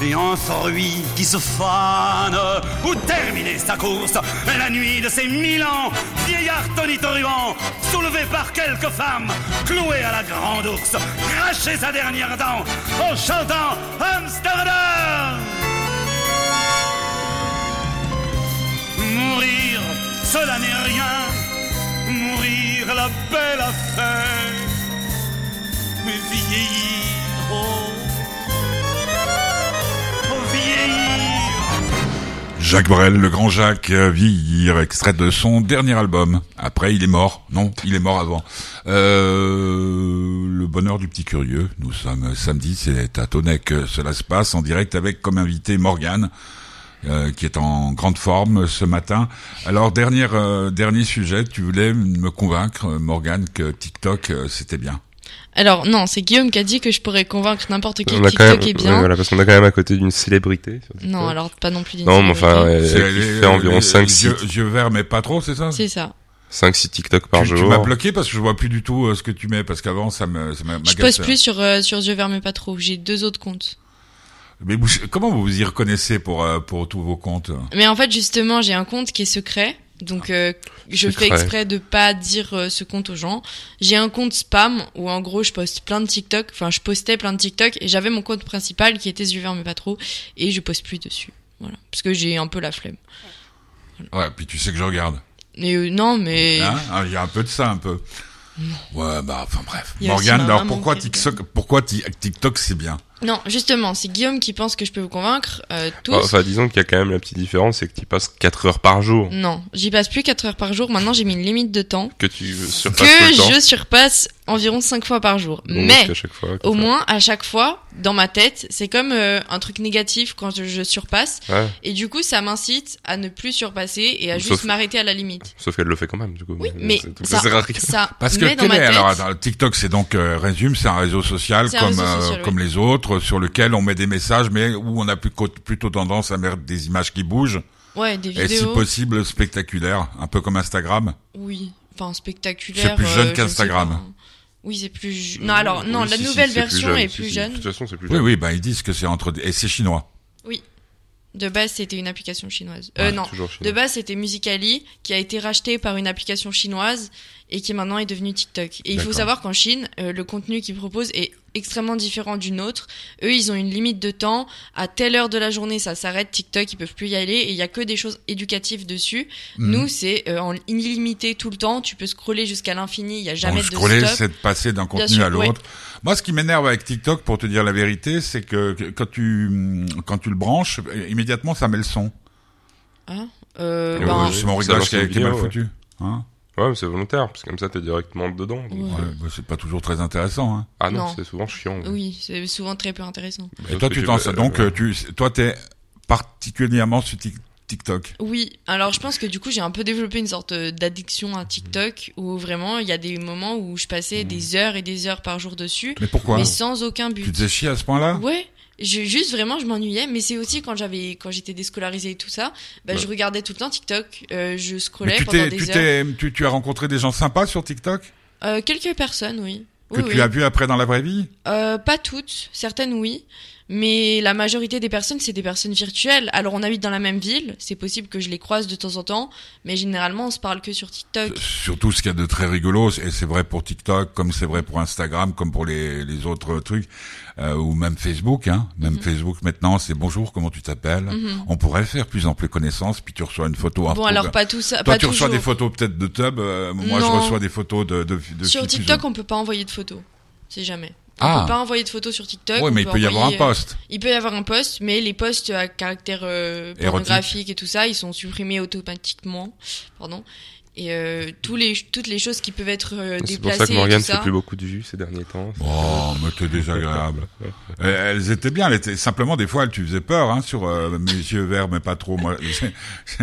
F: et un fruit qui se fane ou terminer sa course la nuit de ses mille ans vieillard tonitruant soulevé par quelques femmes cloué à la grande ours craché sa dernière dent en chantant Amsterdam Mourir, cela n'est rien. Mourir, la belle affaire. Mais vieillir, oh, oh vieillir.
A: Jacques Brel, le grand Jacques, euh, vieillir, extrait de son dernier album. Après, il est mort. Non, il est mort avant. Euh, le bonheur du petit curieux. Nous sommes samedi, c'est à Tonnet que cela se passe, en direct avec comme invité Morgane. euh, qui est en grande forme ce matin. Alors dernière euh, dernier sujet, tu voulais me convaincre euh, Morgane que TikTok euh, c'était bien.
B: Alors, non, c'est Guillaume qui a dit que je pourrais convaincre n'importe qui
C: On
B: que
C: a
B: TikTok
C: quand même,
B: est
C: ouais,
B: bien.
C: voilà, parce qu'on est quand même à côté d'une célébrité. sur TikTok.
B: Non, alors pas non plus d'une
C: Non, mais
B: célébrité.
C: enfin, elle, elle
A: C'est,
C: fait
A: euh,
C: environ
A: les-
C: 5
A: les yeux,
C: 6
A: yeux verts mais pas trop, c'est ça
B: C'est ça.
C: 5 6 TikTok par
A: tu, tu
C: jour.
A: m'as bloqué parce que je vois plus du tout euh, ce que tu mets parce qu'avant ça me ça m'a-
B: Je
A: m'agaçait.
B: poste plus sur, euh, sur Dieu Vert, mais pas trop. J'ai deux autres comptes.
A: Mais vous- comment vous vous y reconnaissez pour euh, pour tous vos comptes
B: Mais en fait, justement, j'ai un compte qui est secret. Donc, euh, je
C: Secret.
B: fais exprès de pas dire euh, ce compte aux gens. J'ai un compte spam où, en gros, je poste plein de TikTok. Enfin, je postais plein de TikTok et j'avais mon compte principal qui était Zuver, mais pas trop. Et je poste plus dessus. Voilà. Parce que j'ai un peu la flemme.
A: Ouais, puis tu sais que je regarde.
B: Mais euh, non, mais.
A: Hein Ah, Il y a un peu de ça un peu. Ouais, bah enfin bref.
B: Il y a aussi
A: Morgane,
B: ma
A: alors
B: maman
A: pourquoi
B: qui
A: TikTok pourquoi Ti- TikTok c'est bien
B: Non, justement, c'est Guillaume qui pense que je peux vous convaincre. euh, tous.
C: Enfin, disons qu'il y a quand même la petite différence, c'est que tu passes 4 heures par jour.
B: Non, j'y passe plus 4 heures par jour. Maintenant, j'ai mis une limite de temps
C: Que tu surpasses
B: que
C: le temps.
B: je surpasse environ 5 fois par jour.
C: Donc,
B: Mais
C: à chaque fois,
B: au
C: quatre
B: moins, à chaque fois, dans ma tête, c'est comme euh, un truc négatif quand je, je surpasse.
C: heures. Ouais.
B: Et du coup, ça m'incite à ne plus surpasser et à
C: Sauf-
B: juste m'arrêter à la limite.
C: Sauf qu'elle le fait quand même, du coup.
B: Oui, mais
C: c'est- donc
B: ça,
C: ça sert à
B: ça,
C: rien.
A: Parce que
B: met dans
A: quel
B: ma
A: est-
B: tête.
A: alors attends, TikTok c'est donc euh, résume, c'est un réseau social
B: C'est un
A: comme
B: réseau
A: euh,
B: social, oui.
A: comme les autres sur lequel on met des messages mais où on a plus- plutôt tendance à mettre des images qui bougent
B: ouais, des
A: et si
B: vidéos.
A: possible spectaculaires, un peu comme Instagram.
B: oui, enfin spectaculaire.
A: C'est plus jeune
B: euh, je ne sais
A: qu'Instagram.
B: pas. Oui, c'est plus. ju- Non, alors non,
C: Oui,
B: la
C: si, si,
B: nouvelle
C: c'est plus
B: version
C: jeune,
B: est
C: si,
B: plus
C: si.
B: jeune.
C: De toute façon, c'est plus
A: Oui
C: jeune.
A: oui, bah ils disent que c'est entre et c'est chinois.
B: De base, c'était une application chinoise. Euh,
C: Ouais,
B: non,
C: toujours chinois.
B: De base, c'était Musicali qui a été racheté par une application chinoise et qui maintenant est devenue TikTok. Et il faut
A: D'accord.
B: savoir qu'en Chine, euh, le contenu qu'ils proposent est extrêmement différent du nôtre. Eux, ils ont une limite de temps. À telle heure de la journée, ça s'arrête. TikTok, ils peuvent plus y aller et il y a que des choses éducatives dessus.
A: Mhm.
B: Nous, c'est euh, en illimité tout le temps. Tu peux scroller jusqu'à l'infini. Il y a jamais
A: Donc,
B: de
A: scroller,
B: stop.
A: c'est de passer d'un contenu
B: sûr,
A: à l'autre. Moi, ce qui m'énerve avec TikTok, pour te dire la vérité, c'est que que- quand tu hum, quand tu le branches, euh, immédiatement, ça met le son.
B: Euh,
C: Et
B: ben,
A: Euh, c'est mon
C: Ça
A: réglage
C: lance
A: qui est
C: une
A: qui est mal
C: vidéo, ouais.
A: foutu. Hein
C: Ouais, mais c'est volontaire, parce que comme ça, t'es directement dedans. donc-
B: Ouais.
A: Ouais, bah, c'est pas toujours très intéressant. Hein.
C: Ah non,
B: Non.
C: c'est souvent chiant. ouais.
B: oui, c'est souvent très peu intéressant.
C: Sauf
A: Et toi,
C: que
A: tu t'en
C: peux-
A: donc
C: euh,
A: euh, tu toi t'es particulièrement sur Tik- TikTok.
B: Oui, alors je pense que du coup j'ai un peu développé une sorte euh, d'addiction à TikTok où vraiment il y a des moments où je
A: Mmh.
B: passais des heures et des heures par jour dessus,
A: Mais pourquoi
B: mais sans aucun
A: Tu
B: but.
A: te faisais chier à ce point-là
B: Ouais, je, juste vraiment je m'ennuyais, mais c'est aussi quand j'avais quand j'étais déscolarisée et tout ça, bah, je regardais tout le temps TikTok, euh, je
A: Mais
B: scrollais
A: tu
B: pendant
A: t'es
B: des
A: tu
B: heures.
A: t'es tu, tu as rencontré des gens sympas sur TikTok
B: Euh, quelques personnes, oui.
A: que
B: Oui,
A: tu
B: oui.
A: as vu après dans la vraie vie
B: Euh, pas toutes, certaines oui, mais la majorité des personnes, c'est des personnes virtuelles. Alors on habite dans la même ville, c'est possible que je les croise de temps en temps, mais généralement on se parle que sur TikTok.
A: Surtout ce qu'il y a de très rigolo, et c'est vrai pour TikTok, comme c'est vrai pour Instagram, comme pour les, les autres trucs, euh, ou même Facebook, hein. Même Facebook maintenant, c'est bonjour, comment tu t'appelles
B: Mhm.
A: On pourrait faire plus en plus connaissance, puis tu reçois une photo. un
B: Bon,
A: peu-
B: alors pas tout ça.
A: Toi,
B: pas
A: tu reçois
B: toujours.
A: des photos peut-être de tub, euh, moi je
B: Non.
A: reçois des photos de... de, de
B: Sur
A: filles plus
B: TikTok,
A: jeunes.
B: on peut pas envoyer de photos. C'est jamais. On
A: Ah.
B: peut pas envoyer de photos sur TikTok. on
A: Ouais, mais il peut y avoir un
B: envoyer, euh,
A: poste.
B: Il peut y avoir un post, mais les posts à caractère euh,
A: Érotique.
B: pornographique et tout ça, ils sont supprimés automatiquement. Pardon. Et euh, tous les, toutes les choses qui peuvent être euh,
C: C'est pour
B: déplacées.
C: ça que Morgane
B: et tout ça.
C: fait plus beaucoup de vues ces derniers temps.
A: Oh, mais t'es désagréable. Euh, elles étaient bien, elles étaient simplement des fois elles tu faisais peur hein, sur euh, mes yeux verts, mais pas trop. Moi, j'ai-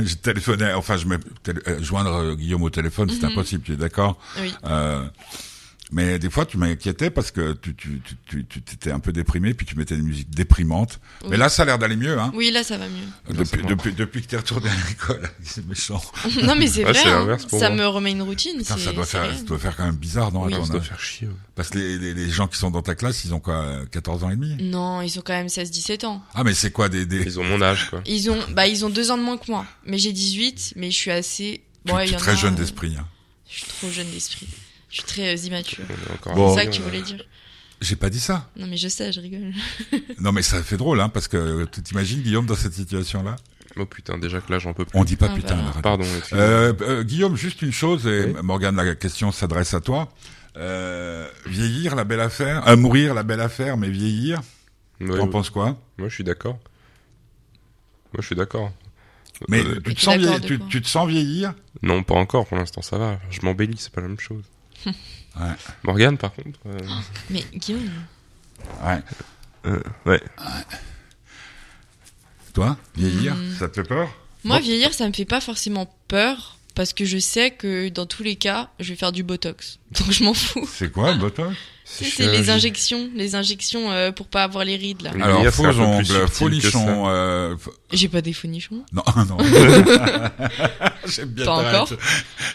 A: j'ai téléphoné, enfin je me tél- euh, joindre euh, Guillaume au téléphone, c'est
B: Mhm.
A: impossible. Tu es d'accord
B: Oui.
A: euh, Mais des fois, tu m'inquiétais parce que tu, tu, tu, tu, tu t'étais un peu déprimé, puis tu mettais des musiques déprimantes. Mais
B: Oui.
A: là, ça a l'air d'aller mieux, hein.
B: Oui, là, ça va mieux.
C: Non, c'est
A: Depuis,
C: bon.
A: depuis, depuis que t'es retourné à l'école, c'est méchant.
B: non, mais c'est
C: Ouais,
B: vrai.
C: c'est
B: hein.
C: l'inverse pour
B: Ça
C: moi.
B: me remet une routine.
A: Putain,
B: c'est-
A: ça doit
B: c'est
A: faire,
B: rien.
A: ça doit faire quand même bizarre dans
B: Oui.
A: la
C: Ça
A: ton
C: doit
A: âge.
C: faire chier. ouais.
A: Parce que les, les, les gens qui sont dans ta classe, ils ont quoi, euh, 14 ans et demi
B: Non, ils ont quand même 16-17 ans.
A: Ah, mais c'est quoi des, des...
C: Ils ont mon âge, quoi.
B: Ils ont, bah, ils ont deux ans de moins que moi. Mais j'ai 18, mais je suis assez.
A: Tu-
B: Ouais,
A: tu
B: il y
A: es
B: en
A: très
B: a,
A: jeune
B: euh,
A: d'esprit. hein.
B: Je suis trop jeune d'esprit. Je suis très euh, immature.
C: On est encore
A: Bon.
B: C'est
C: à
B: ça
C: dire,
B: que tu
C: euh,
B: voulais dire.
A: J'ai pas dit ça.
B: Non, mais je sais, je rigole.
A: Non, mais ça fait drôle, hein, parce que euh, tu t'imagines Guillaume dans cette situation-là
C: Oh putain, déjà que là, j'en peux plus.
A: On dit pas
B: Ah,
A: putain.
B: bah.
A: à la radio.
C: Pardon. excusez-moi.
A: Euh, euh, Guillaume, juste une chose, et
C: Oui.
A: Morgan Morgane, la question s'adresse à toi. Euh, vieillir, la belle affaire. Euh, mourir, la belle affaire, mais vieillir.
C: Ouais,
A: T'en
C: ouais.
A: penses quoi
C: Moi, je suis d'accord. Moi, je suis d'accord.
A: Mais
C: Euh,
A: tu, te
B: t'es
A: sens
B: d'accord
A: vieillir,
B: de
A: tu,
B: quoi
A: tu te sens vieillir
C: non, pas encore. Pour l'instant, ça va. Je m'embellis, c'est pas la même chose.
A: Ouais.
C: Morgane, par contre. euh,
B: Mais Guillaume,
A: Ouais.
C: ouais.
A: Toi, vieillir,
B: Mm.
A: ça te fait peur
B: moi,
A: Bon.
B: vieillir, ça me fait pas forcément peur. Parce que je sais que dans tous les cas, je vais faire du botox. Donc je m'en fous.
A: C'est quoi, bah, toi
B: Tu sais, C'est les injections, les injections euh, pour pas avoir les rides là.
C: Oui.
A: Alors,
C: Vieillir, c'est
A: faux
C: un peu plus
A: ongles,
C: subtil
A: faux
C: que
A: nichons, euh, f-
B: J'ai pas des faux nichons.
A: Non, non. J'aime bien
B: Pas
A: ta
B: encore.
A: réaction.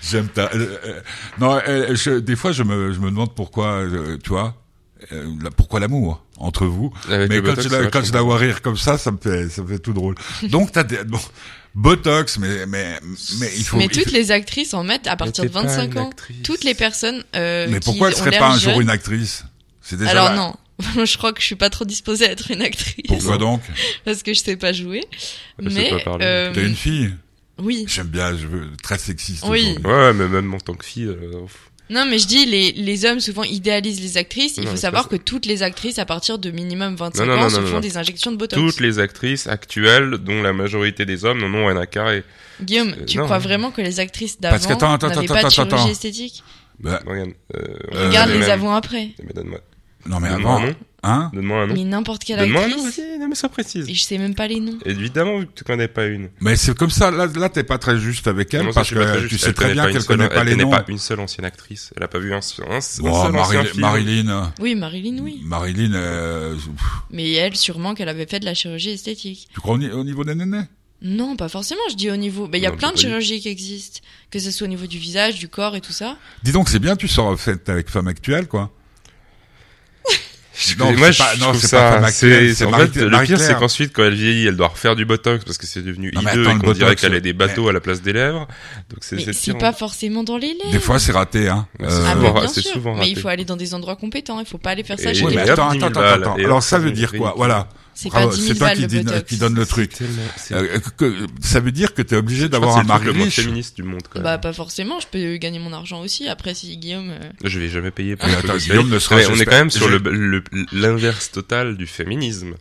A: J'aime ta. euh, euh, non, euh, je- des fois, je me, je me demande pourquoi, euh, tu vois, euh, la- pourquoi l'amour entre vous.
C: Avec
A: mais
C: le
A: quand
C: botox,
A: je
C: c'est
A: la, quand
C: vachement
A: je la vois rire comme ça, ça me fait, ça me fait tout drôle. Donc, t'as des, bon, botox, mais, mais, mais il faut.
B: mais
A: il faut-
B: toutes les actrices en mettent à partir de 25 ans. Toutes les personnes euh,
A: mais
B: qui
A: pourquoi elle
B: ont
A: serait
B: l'air
A: pas un
B: jeunes-
A: jour une actrice C'est déjà.
B: Alors
A: là.
B: non, je crois que je suis pas trop disposée à être une actrice
A: Pourquoi donc Ah,
B: parce que je sais pas jouer.
C: Elle sait
B: mais
C: pas parler.
B: euh,
A: T'es une fille.
B: oui,
A: J'aime bien. Je veux très sexiste.
B: Oui.
A: aujourd'hui.
C: Ouais, ouais, mais même en tant que fille. euh, pff.
B: non mais je dis les les hommes souvent idéalisent les actrices. Il
C: Non,
B: faut
C: mais
B: savoir
C: ça,
B: que toutes les actrices à partir de minimum 25
C: Non, non,
B: ans
C: non,
B: se
C: non,
B: font
C: non.
B: des injections de botox.
C: Toutes les actrices actuelles, dont la majorité des hommes, n'en ont rien à carrer.
B: Guillaume, tu
C: Euh, non.
B: crois vraiment que les actrices
A: Parce que attends,
B: d'avant
A: attends,
B: n'avaient
A: attends,
B: pas de
A: attends,
B: chirurgie
A: attends.
B: esthétique
A: Bah,
C: Morgane. euh,
A: Euh,
B: Regarde
A: mais
B: les
C: même-
B: avant après.
C: Mais donne-moi
A: non mais
C: donne-moi
A: avant,
C: un nom.
A: hein
C: Donne-moi un nom.
B: Mais n'importe quelle
C: Donne-moi un nom,
B: actrice.
C: vas-y, non, mais ça précise.
B: Et je sais même pas les noms.
C: Évidemment, vu que tu connais pas une.
A: Mais c'est comme ça, là, là t'es pas très juste avec elle,
C: Non, ça,
A: parce
C: je suis pas très
A: que
C: juste.
A: tu sais
C: Elle
A: très bien
C: une
A: qu'elle
C: seule-
A: connaît pas
C: elle
A: les noms.
C: pas une seule ancienne actrice. Elle a pas vu un, seul- un, seul- un
A: Oh,
C: seul ancien
A: Marilyn,
C: film.
A: Marilyn, euh,
B: Oui, Marilyn,
C: Mm.
B: oui.
A: Marilyn, euh, pff,
B: Mais elle, sûrement qu'elle avait fait de la chirurgie esthétique.
A: tu crois au, ni- au niveau des nénés
B: Non, pas forcément, je dis au niveau. Ben, Il y a
C: Non,
B: plein de
C: mais pas du-
B: chirurgies qui existent, que ce soit au niveau du visage, du corps et tout ça.
A: Dis donc, c'est bien, tu sors en fait avec femme actuelle, quoi.
C: Je-
A: Non,
C: moi,
A: c'est
C: je
A: pas- non,
C: trouve
A: c'est pas femme
C: ça.
A: actuelle,
C: C'est
A: c'est
C: en
A: Marie-
C: fait le
A: Marie
C: pire, c'est
A: Claire.
C: qu'ensuite, quand elle vieillit, elle doit refaire du botox parce que c'est devenu
A: Non, mais
C: hideux
A: attends,
C: et
A: le
C: qu'on dirait
A: botox,
C: qu'elle a des
A: mais-
C: bateaux à la place des lèvres. Donc c'est
B: Mais
C: c'est
B: c'est
C: pire.
B: pas forcément dans les lèvres.
A: Des fois, c'est raté, hein.
C: Mais c'est
B: Ah,
A: Euh,
B: mais
C: souvent-
B: bien
C: c'est
B: sûr.
C: souvent
B: Mais il
C: raté.
B: faut aller dans des endroits compétents. Il faut pas aller faire ça
C: Et-
B: chez
A: oui,
B: les
A: mais
C: hop,
A: attends,
C: 10 000
A: attends, attends,
C: balles,
A: attends.
C: et
A: Alors,
C: hop,
A: ça veut
C: 10 000
A: dire quoi
C: fric.
A: Voilà.
B: C'est pas
A: Bravo,
B: 10
A: c'est
B: 000
A: toi
B: balles
A: qui,
B: le
A: dis-
B: botox.
A: qui donne le truc.
C: Tellement- c'est-
A: Euh, que- ça veut dire que t'es obligé
C: Je crois
A: d'avoir
C: que
A: un
C: c'est le truc
A: mari
C: le moins
A: riche.
C: féministe du monde, quand même.
B: Bah, pas forcément, je peux gagner mon argent aussi. Après, si Guillaume. euh,
C: Je vais jamais payer pour
A: Mais
C: le
A: attends,
C: botox.
A: Guillaume ne sera-
C: Mais On est
A: j'espère-
C: quand même sur
A: je-
C: le- le- l'inverse total du féminisme.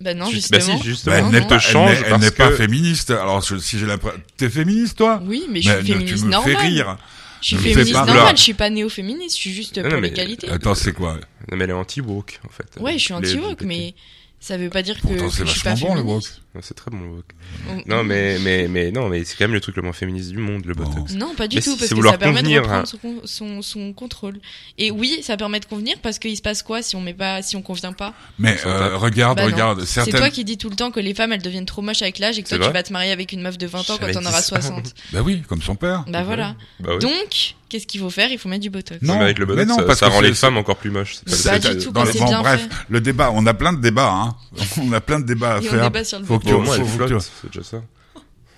B: Bah, non,
C: Juste-
B: justement.
C: bah si, justement.
A: Mais
B: Non,
A: elle n'est
B: non.
C: te
A: pas, elle
C: change
A: n'est- elle
C: parce
A: n'est pas
C: que-
A: féministe. Alors, je- si j'ai la, t'es féministe, toi?
B: Oui, mais je suis
A: ne-
B: féministe
A: tu me
B: normale.
A: fais rire.
B: Je suis
A: Ne me fais
B: féministe
A: pas
B: normale,
A: peur.
B: je suis pas néo-féministe, je suis juste
C: Non,
B: pour
C: non, mais-
B: l'égalité.
A: Attends, c'est quoi?
C: Non, mais elle est anti-woke, en fait.
B: Ouais, je suis
C: Les
B: anti-woke,
C: LGBT.
B: mais ça veut pas dire que,
A: Pourtant,
B: que
A: c'est
B: je suis pas
A: vachement bon, le
B: féministe.
C: Ouais, C'est très bon, le woke.
B: Donc,
C: Non, mais, mais, mais, non, mais c'est quand même le truc le moins féministe du monde, le
A: Bon.
C: botox.
B: Non, pas du
C: Mais
B: tout,
C: c'est
B: parce que
C: vouloir
B: ça permet
C: convenir,
B: de reprendre
C: hein.
B: son, con- son, son contrôle. Et oui, ça permet de convenir parce qu'il se passe quoi si on met pas, si on convient pas
A: Mais
C: Sur
A: euh,
C: ta-
A: regarde,
B: Bah non.
A: regarde,
B: C'est toi
A: certaines.
B: qui dis tout le temps que les femmes elles deviennent trop moches avec l'âge et que
C: C'est
B: toi tu
C: vrai
B: vas te marier avec une meuf de 20 ans quand
C: J'avais
B: t'en
C: dit
B: auras
C: ça.
B: 60.
A: Bah oui, comme son père.
B: bah voilà.
C: Bah oui.
B: Donc, qu'est-ce qu'il faut faire Il faut mettre du botox.
A: Ah Non,
C: mais avec le botox,
A: mais non,
C: ça,
A: parce
C: ça
A: que
C: rend
A: c'est-
C: les femmes encore plus moches.
B: Mais
C: c'est
B: pas
C: le-
B: du tout,
A: dans
B: quand
A: les-
B: c'est
A: bon,
B: bien
A: bref,
B: fait.
A: le débat, on a plein de débats, hein. On a plein de débats à
B: Et on
A: faire.
B: débat sur le
A: Faut
B: botox.
A: que tu,
C: Bon, au moins, elle
A: faut que tu-
C: flotte, c'est déjà ça.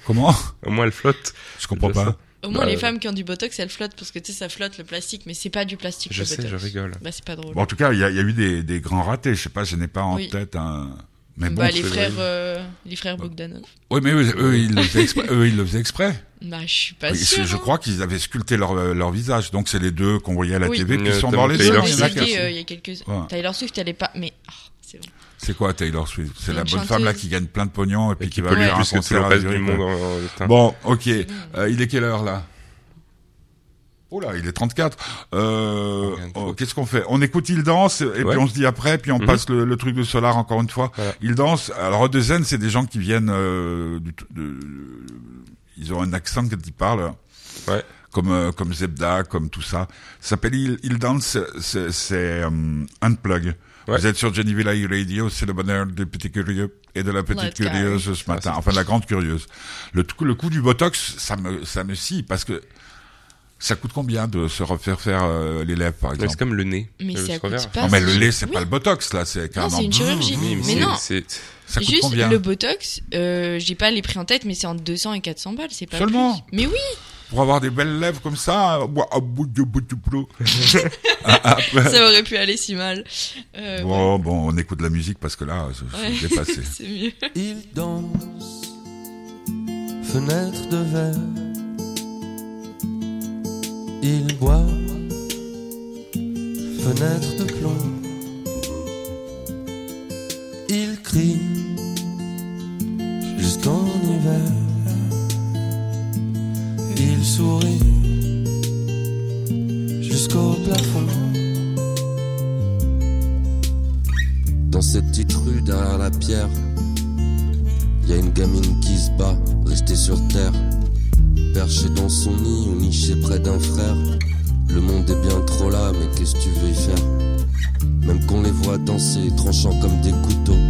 A: Comment
C: Au moins, elle flotte.
A: Je comprends
C: Je
A: pas.
C: sais.
B: Au moins
C: Bah,
B: les
C: euh,
B: femmes qui ont du botox elles flottent parce que tu sais ça flotte le plastique, mais c'est pas du plastique
C: Je
B: le
C: sais,
B: botox.
C: je rigole.
B: Bah c'est pas drôle.
A: Bon, en tout cas, il y, a- il y a eu des, des grands ratés. Je sais pas, je n'ai pas en
B: Oui.
A: tête un. Mais bon,
B: bah les
A: c'est-
B: frères, euh, les frères Bogdanov.
A: Oui, mais eux, eux, ils le faisaient exprès. eux, ils le faisaient exprès.
B: Bah je suis pas
A: Oui,
B: sûre.
A: je
B: hein.
A: crois qu'ils avaient sculpté leur, euh, leur visage. Donc, c'est les deux qu'on voyait à la
B: Oui.
A: TV qui
C: Euh,
A: sont
C: Tom
A: morts les deux.
C: Taylor
B: Ils
A: Il
B: ont
A: y en a
C: Swift.
A: qui-
B: essayé, euh, il y a quelques
A: hein. Ouais.
B: Taylor Swift, elle est pas. Mais oh, c'est bon.
A: C'est quoi Taylor Swift C'est
B: Une
A: la bonne
B: chanteuse.
A: femme là qui gagne plein de pognon et puis
C: Et
A: qui
C: qui
A: va
C: pollue
A: faire un
C: plus que tout le
A: concert à
C: reste du
A: Zurich.
C: monde. en- en- en-
A: Bon, ok. Euh, il est quelle heure là Oh là, il est 34. Euh,
C: Regarde.
A: oh, Qu'est-ce qu'on fait On écoute Il Danse et
C: Ouais.
A: puis on se dit après, puis on
C: Mhm.
A: passe le, le truc de Solar encore une fois.
C: Voilà.
A: Il Danse. Alors Odezen, c'est des gens qui viennent euh, du, de- ils ont un accent quand ils parlent.
C: Ouais.
A: comme euh, comme Zebda, comme tout ça. Ça s'appelle Il, Il Dance, c'est c'est, euh, Unplug.
C: Ouais.
A: Vous êtes sur Jenny Villa Radio, c'est le bonheur des petits curieux et de la petite
B: Let's go.
A: curieuse
C: Ah,
A: ce matin, enfin de la grande curieuse. Le, t- le coup du Botox, ça me ça me scie parce que ça coûte combien de se refaire faire euh, les lèvres par
C: Mais C'est
A: exemple
C: comme le nez.
B: Mais
C: le
B: ça coûte
C: revers.
B: pas.
A: Non mais le lait c'est
B: Oui.
A: pas le hein. Botox là, c'est carrément. Mmh.
B: c'est une chirurgie.
C: Oui, mais,
B: Mais
C: c'est-
B: non.
C: c'est-
A: Ça coûte
B: Juste
A: combien
B: le Botox, euh, j'ai pas les prix en tête, mais c'est entre 200 et 400 balles, c'est pas
A: Seulement
B: plus. Mais oui,
A: pour avoir des belles lèvres comme ça euh, ouah, ah, bout de bout de bout. Ah, après-
B: ça aurait pu aller si mal. Euh, ouais,
A: Bon, Oh, bon, on écoute de la musique parce que là, je je suis
B: Ouais.
A: dépassé.
B: c'est mieux.
G: Il danse, fenêtre de verre. Il boit, fenêtre de plomb. Il crie jusqu'en hiver. Il sourit jusqu'au plafond. Dans cette petite rue derrière la pierre. Y a une gamine qui se bat, restée sur terre. Perchée dans son nid ou nichée près d'un frère. Le monde est bien trop là, mais qu'est-ce que tu veux y faire Même qu'on les voit danser, tranchant comme des couteaux.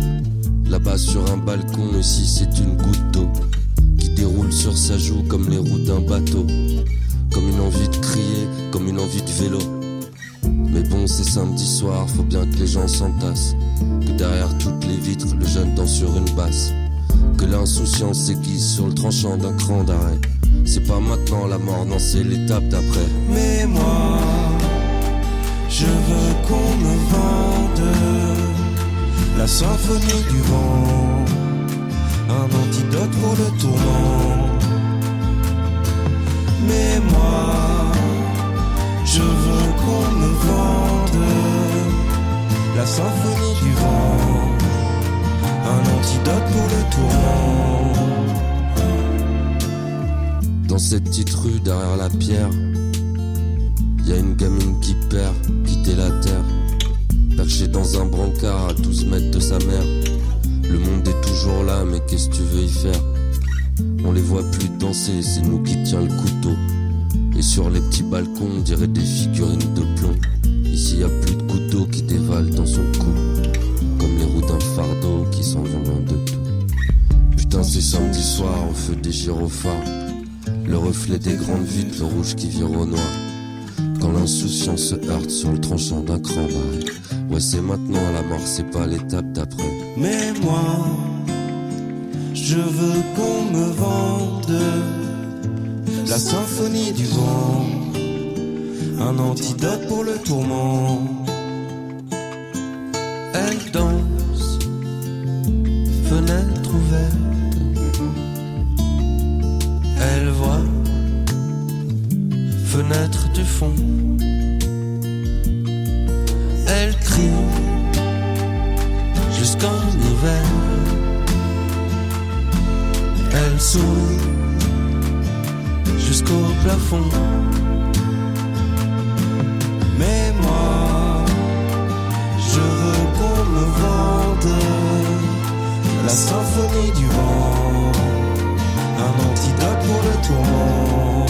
G: Là-bas sur un balcon, ici c'est une goutte d'eau. Qui déroule sur sa joue comme les roues d'un bateau. Comme une envie de crier, comme une envie de vélo. Mais bon, c'est samedi soir, faut bien que les gens s'entassent. Que derrière toutes les vitres, le jeune danse sur une basse. Que l'insouciance s'aiguise sur le tranchant d'un cran d'arrêt. C'est pas maintenant la mort, non, c'est l'étape d'après.
H: Mais moi, je veux qu'on me vende la symphonie du vent, un antidote pour le tourment. Mais moi, je veux qu'on me vende la symphonie du vent, un antidote pour le tourment.
G: Dans cette petite rue derrière la pierre, y a une gamine qui perd, quitter la terre. Perchée dans un brancard à 12 mètres de sa mère. Le monde est toujours là, mais qu'est-ce que tu veux y faire On les voit plus danser, c'est nous qui tient le couteau. Et sur les petits balcons, on dirait des figurines de plomb. Ici, y a plus de couteau qui dévale dans son cou. Comme les roues d'un fardeau qui s'en vont loin de tout. Putain, c'est samedi soir, on fait des gyrophares. Le reflet des grandes vitres, le rouge qui vire au noir. Quand l'insouciance se heurte sur le tranchant d'un cran barré. Ouais, c'est maintenant la mort, c'est pas l'étape d'après.
H: Mais moi, je veux qu'on me vende la symphonie du vent, un antidote pour le tourment.
G: Elle danse, fenêtre ouverte. Elle voit, fenêtre du fond. Elle crie, jusqu'en hiver. Elle sourit, jusqu'au plafond.
H: Mais moi, je veux qu'on me vende la symphonie du vent, un antidote pour le tourment.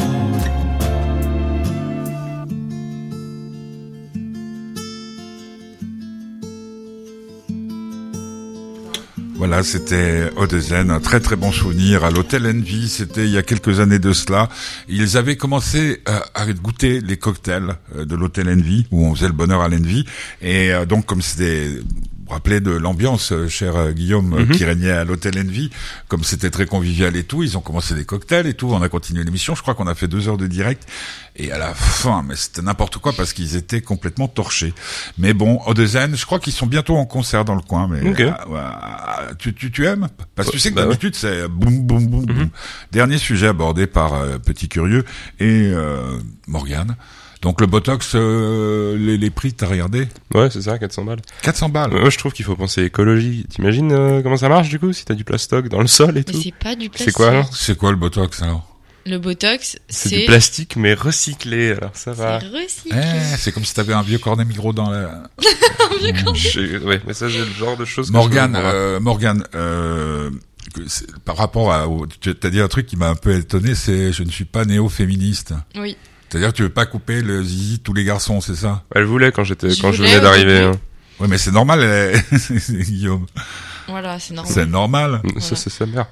A: Voilà, c'était Odezen, un très très bon souvenir à l'hôtel Envy, c'était il y a quelques années de cela. Ils avaient commencé euh, à goûter les cocktails euh, de l'hôtel Envy, où on faisait le bonheur à l'Envy, et euh, donc comme c'était... Vous vous rappelez de l'ambiance, euh, cher euh, Guillaume, euh,
C: Mhm.
A: qui régnait à l'hôtel Envy, comme c'était très convivial et tout, ils ont commencé des cocktails et tout, on a continué l'émission, je crois qu'on a fait deux heures de direct, et à la fin, mais c'était n'importe quoi parce qu'ils étaient complètement torchés. Mais bon, Odezen, je crois qu'ils sont bientôt en concert dans le coin, mais
C: Ok.
A: ah, ouais, ah, tu, tu, tu aimes Parce que tu
C: Ouais,
A: sais que
C: bah ouais. Mhm.
A: d'habitude c'est boum boum boum. boum. Dernier sujet abordé par euh, Petit Curieux et euh, Morgane. Donc le Botox, euh, les, les prix, t'as regardé
C: Ouais, c'est ça, 400 balles.
A: 400 balles.
C: Moi, je trouve qu'il faut penser écologie. T'imagines euh, comment ça marche du coup si t'as du plastoc dans le sol et
B: Mais
C: tout
B: c'est pas du plastique.
C: C'est quoi alors
A: C'est quoi le Botox alors
B: Le Botox,
C: C'est du
B: c'est
C: plastique Ah. mais recyclé, alors ça va.
B: c'est recyclé.
A: Eh, C'est comme si t'avais un vieux cornet micro dans la...
C: Je- Ouais, mais ça c'est le genre de choses que je
A: Morgane,
C: comprends pas.
A: euh, Morgane, euh, que c'est- par rapport à, au- tu as dit un truc qui m'a un peu étonné, c'est je ne suis pas néo-féministe.
B: Oui.
A: C'est-à-dire que tu veux pas couper le zizi de tous les garçons, c'est ça
C: Elle voulait quand j'étais,
B: Je
C: quand je
B: voulais
C: venais
B: au
C: d'arriver. hein.
B: début.
A: Oui, mais c'est normal, elle- Guillaume.
B: Ah Voilà, c'est normal.
A: C'est normal.
C: hein. Ça, c'est sa mère.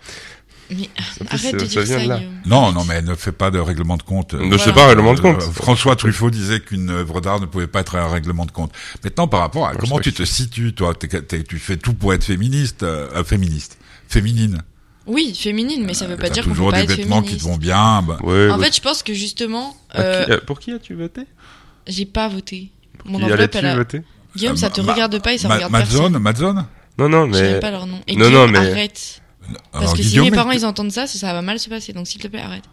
B: Mais
C: En plus,
B: arrête
C: ça-
B: de
C: ça
B: dire ça,
C: vient de là.
B: Guillaume.
A: Non, non, mais ne fais pas de règlement de compte.
C: Je sais
B: Voilà.
C: pas, elle demande
A: Euh,
C: compte.
A: François Truffaut disait qu'une œuvre d'art ne pouvait pas être un règlement de compte. Maintenant, par rapport à
C: Ouais,
A: comment
C: je sais
A: tu te situes, toi, T'es- t'es- tu fais tout pour être féministe, euh, euh, féministe, féminine.
B: Oui, féminine,
C: Euh,
B: mais ça veut pas
A: T'as
B: dire qu'on peut
A: toujours
B: pas
A: des
B: être
A: vêtements qui
B: féministe.
A: te vont bien. bah,
C: Ouais,
B: En
C: ouais.
B: fait, je pense que justement,
C: À qui-
B: euh,
C: euh, pour qui as-tu voté
B: j'ai pas voté. Mon
C: Qui
B: enveloppe,
C: allais-tu
B: elle a...
C: voter
B: Guillaume,
A: Ah,
B: ça te
A: ma-
B: regarde pas et ça
A: Ma-
B: regarde personne.
A: Madzone, Madzone.
C: Non, non,
B: Je sais
C: mais
B: pas leur nom. Et
C: Non,
B: Guillaume,
C: non, mais-
B: arrête. Parce
A: Alors,
B: que si
A: Guillaume,
B: mes parents
A: il-
B: ils entendent ça, ça, ça va mal se passer. Donc s'il te plaît, arrête.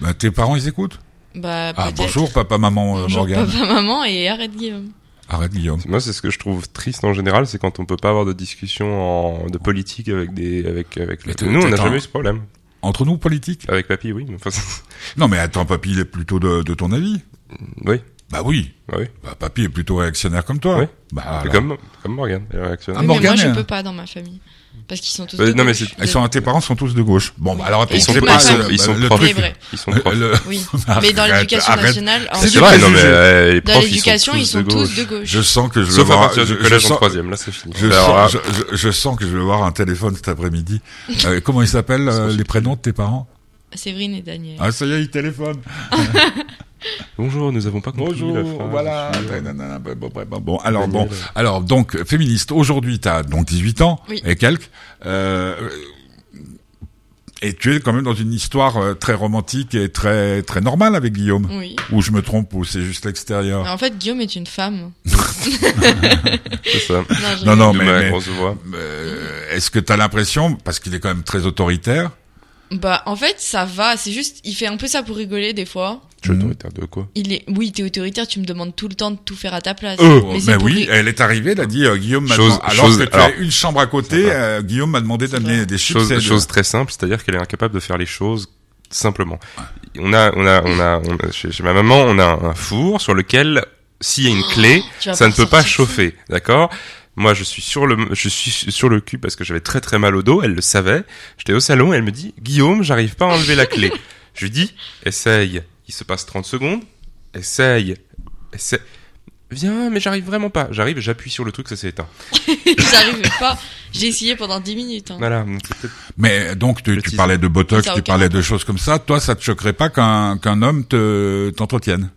A: bah, tes parents, ils écoutent.
B: Bah
A: Ah
B: peut-être.
A: bonjour papa maman euh,
B: Bonjour,
A: Morgane.
B: papa, maman et arrête Guillaume.
A: Arrête Guillaume.
C: moi, c'est ce que je trouve triste en général, c'est quand on peut pas avoir de discussion en... de politique avec des, avec, avec.
A: Mais t'es-
C: Nous, on n'a
A: t'es
C: jamais
A: un-
C: eu ce problème.
A: Entre nous politique.
C: Avec papy, oui. mais Enfin, c'est-
A: Non mais attends papy il est plutôt de, de ton avis.
C: oui,
A: Bah oui.
C: oui.
A: Bah papy est plutôt réactionnaire comme toi.
C: Oui.
A: Bah
C: C'est
A: alors.
C: Comme, comme Morgan, elle est réactionnaire.
A: Ah,
B: Oui, mais moi
A: Morgane,
B: je
A: elle-
B: peux pas dans ma famille parce qu'ils sont tous.
C: Euh,
B: de
C: non, mais
B: gauche.
C: c'est-
A: Ils sont tes parents sont tous de gauche. Bon bah alors attends,
B: Ils
A: c'est
B: sont
A: pas
B: profs.
A: le-
C: Ils sont
A: le
C: profs.
B: Mais
A: truc.
B: vrai.
C: Ils sont profs.
A: Le-
B: Oui. mais
A: Arrête,
B: dans l'éducation
A: arrête.
B: nationale, en
A: C'est
B: fait,
C: C'est vrai,
A: des
C: non, mais
A: préjugés.
C: euh, les
B: dans
C: profs, ils sont
B: l'éducation ils
C: tous de
B: sont
C: gauche.
B: tous de gauche.
A: Je sens que je vais
C: Sauf à
A: voir.
C: partir du
A: je-
C: collège
A: je
C: en
A: sens-
C: troisième, là, c'est fini.
A: Je
C: Alors, euh,
A: sens, je, je- je sens que je vais voir un téléphone cet après-midi. Euh, comment ils s'appellent euh, les prénoms de tes parents
B: Séverine et Daniel.
A: Ah ça y est, ils téléphonent.
C: Bonjour, nous avons pas compris la
A: Bonjour,
C: phrase.
A: voilà.
C: Je suis-
A: Nanana, bon, bon, bon, bon. alors
C: Daniel.
A: bon, alors donc féministe. Aujourd'hui, t'as donc 18 ans
B: Oui.
A: et quelques. Euh, et tu es quand même dans une histoire euh, très romantique et très très normale avec Guillaume.
B: Oui.
A: Ou je me trompe, ou c'est juste l'extérieur.
B: En fait, Guillaume est une femme.
C: C'est ça.
B: Non, je
A: Non,
B: rigole.
A: non,
C: D'où
A: mais,
C: ma
A: mais,
C: grosse voix.
A: euh, est-ce que t'as l'impression, parce qu'il est quand même très autoritaire,
B: Bah en fait, ça va. C'est juste, il fait un peu ça pour rigoler des fois.
C: Tu es autoritaire de quoi
B: Il est, oui, t'es autoritaire. Tu me demandes tout le temps de tout faire à ta place.
A: Euh,
B: Oh. Mais
A: mais,
B: c'est pour
A: oui,
B: ri-
A: elle est arrivée, elle a dit euh, Guillaume m'a
C: Chose-
A: demandé- alors
C: chose-
A: que tu
C: alors-
A: as une chambre à
C: C'est
A: côté,
C: vrai.
A: euh, Guillaume m'a demandé d'amener
B: vrai.
A: des chips. et
C: chose,
A: de-
C: chose très simple, c'est-à-dire qu'elle est incapable de faire les choses simplement. On a, on a, on a, on a- chez, chez ma maman, on a un four sur lequel, s'il y a une clé,
B: Oh, tu vas
C: ça ne peut
B: sortir de
C: pas
B: ça.
C: chauffer, d'accord Moi, je suis sur le, je suis sur le cul parce que j'avais très très mal au dos. Elle le savait. J'étais au salon et elle me dit Guillaume, j'arrive pas à enlever la clé. je lui dis essaye. Il se passe 30 secondes. Essaye. Essaye. Viens, mais j'arrive vraiment pas. J'arrive, j'appuie sur le truc, ça s'est éteint.
B: J'arrivais pas. J'ai essayé pendant 10 minutes. hein.
C: Voilà. donc c'est peut-être-
A: Mais donc tu,
C: Le
A: tu
C: teaser.
A: parlais de botox,
B: Ça a
A: tu
B: aucun
A: parlais de choses comme ça. Toi, ça te choquerait pas qu'un qu'un homme te t'entretienne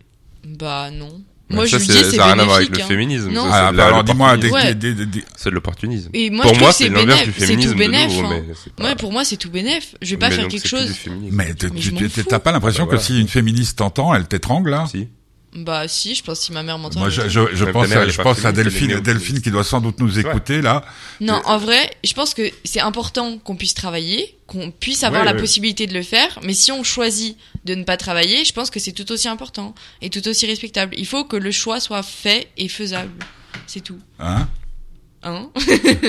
B: Bah non. Moi
C: ça,
B: je lui
C: c'est-
B: dis c'est
C: ça a rien à voir avec
B: bénéfique.
C: le
B: hein.
C: féminisme.
B: Non.
C: ça, c'est
A: Ah,
C: de
A: bah,
C: la-
A: Alors dis-moi, des,
B: l'opportunisme.
A: des- des- des-
C: C'est de l'opportunisme.
B: Et moi
C: pour
B: je
C: moi,
B: trouve que
C: c'est
B: c'est
C: l'inverse du
B: bénéf, c'est
C: féminisme.
B: tout
C: de
B: bénéf.
C: nouveau,
B: hein.
C: mais c'est pas-
B: Ouais, pour moi c'est tout bénéf. Je vais pas
C: Mais
B: faire
C: donc,
B: quelque
C: c'est plus
B: chose.
C: du féminisme.
A: mais tu-
B: Mais
A: tu-
B: je m'en
A: tu-
B: fous.
A: t'as pas l'impression
C: Bah,
A: que
C: voilà.
A: si une féministe t'entend, elle t'étrangle là
C: Si.
B: Bah si, je pense que si ma mère m'entend.
A: Moi,
B: elle
A: je,
B: m'entend.
A: je, je
C: Même ta
A: pense,
C: mère,
A: à,
C: elle est
A: je
C: pas
A: pense à
C: féministe, elle est
A: Delphine,
C: néo-féministe.
A: Delphine qui doit sans doute nous
C: vrai.
A: écouter là.
B: Non, en vrai, je pense que c'est important qu'on puisse travailler, qu'on puisse avoir
C: Ouais,
B: la
C: ouais.
B: possibilité de le faire, mais si on choisit de ne pas travailler, je pense que c'est tout aussi important et tout aussi respectable. Il faut que le choix soit fait et faisable. C'est tout.
A: Hein
B: Hein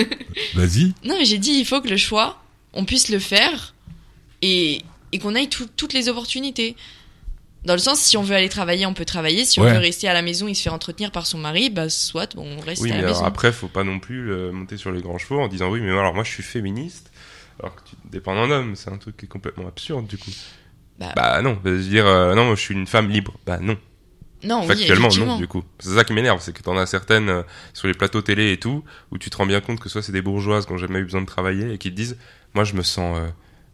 A: Vas-y.
B: Non, mais j'ai dit, il faut que le choix, on puisse le faire et, et qu'on aille tout- toutes les opportunités. Dans le sens, si on veut aller travailler, on peut travailler. Si on
A: Ouais.
B: veut rester à la maison et se faire entretenir par son mari, bah soit, bon, on reste
C: Oui,
B: à
C: mais
B: la
C: alors
B: maison.
C: après, faut pas non plus euh, monter sur les grands chevaux en disant oui, mais alors moi je suis féministe. Alors que tu dépends d'un homme, c'est un truc qui est complètement absurde du coup.
B: Bah-
C: Bah, non, je veux dire, euh, non, moi, je suis une femme libre. Bah non,
B: Non, Ah oui,
C: factuellement non
B: effectivement.
C: du coup. C'est ça qui m'énerve, c'est que t'en as certaines euh, sur les plateaux télé et tout, où tu te rends bien compte que soit c'est des bourgeoises qui ont jamais eu besoin de travailler et qui te disent, moi je me sens euh,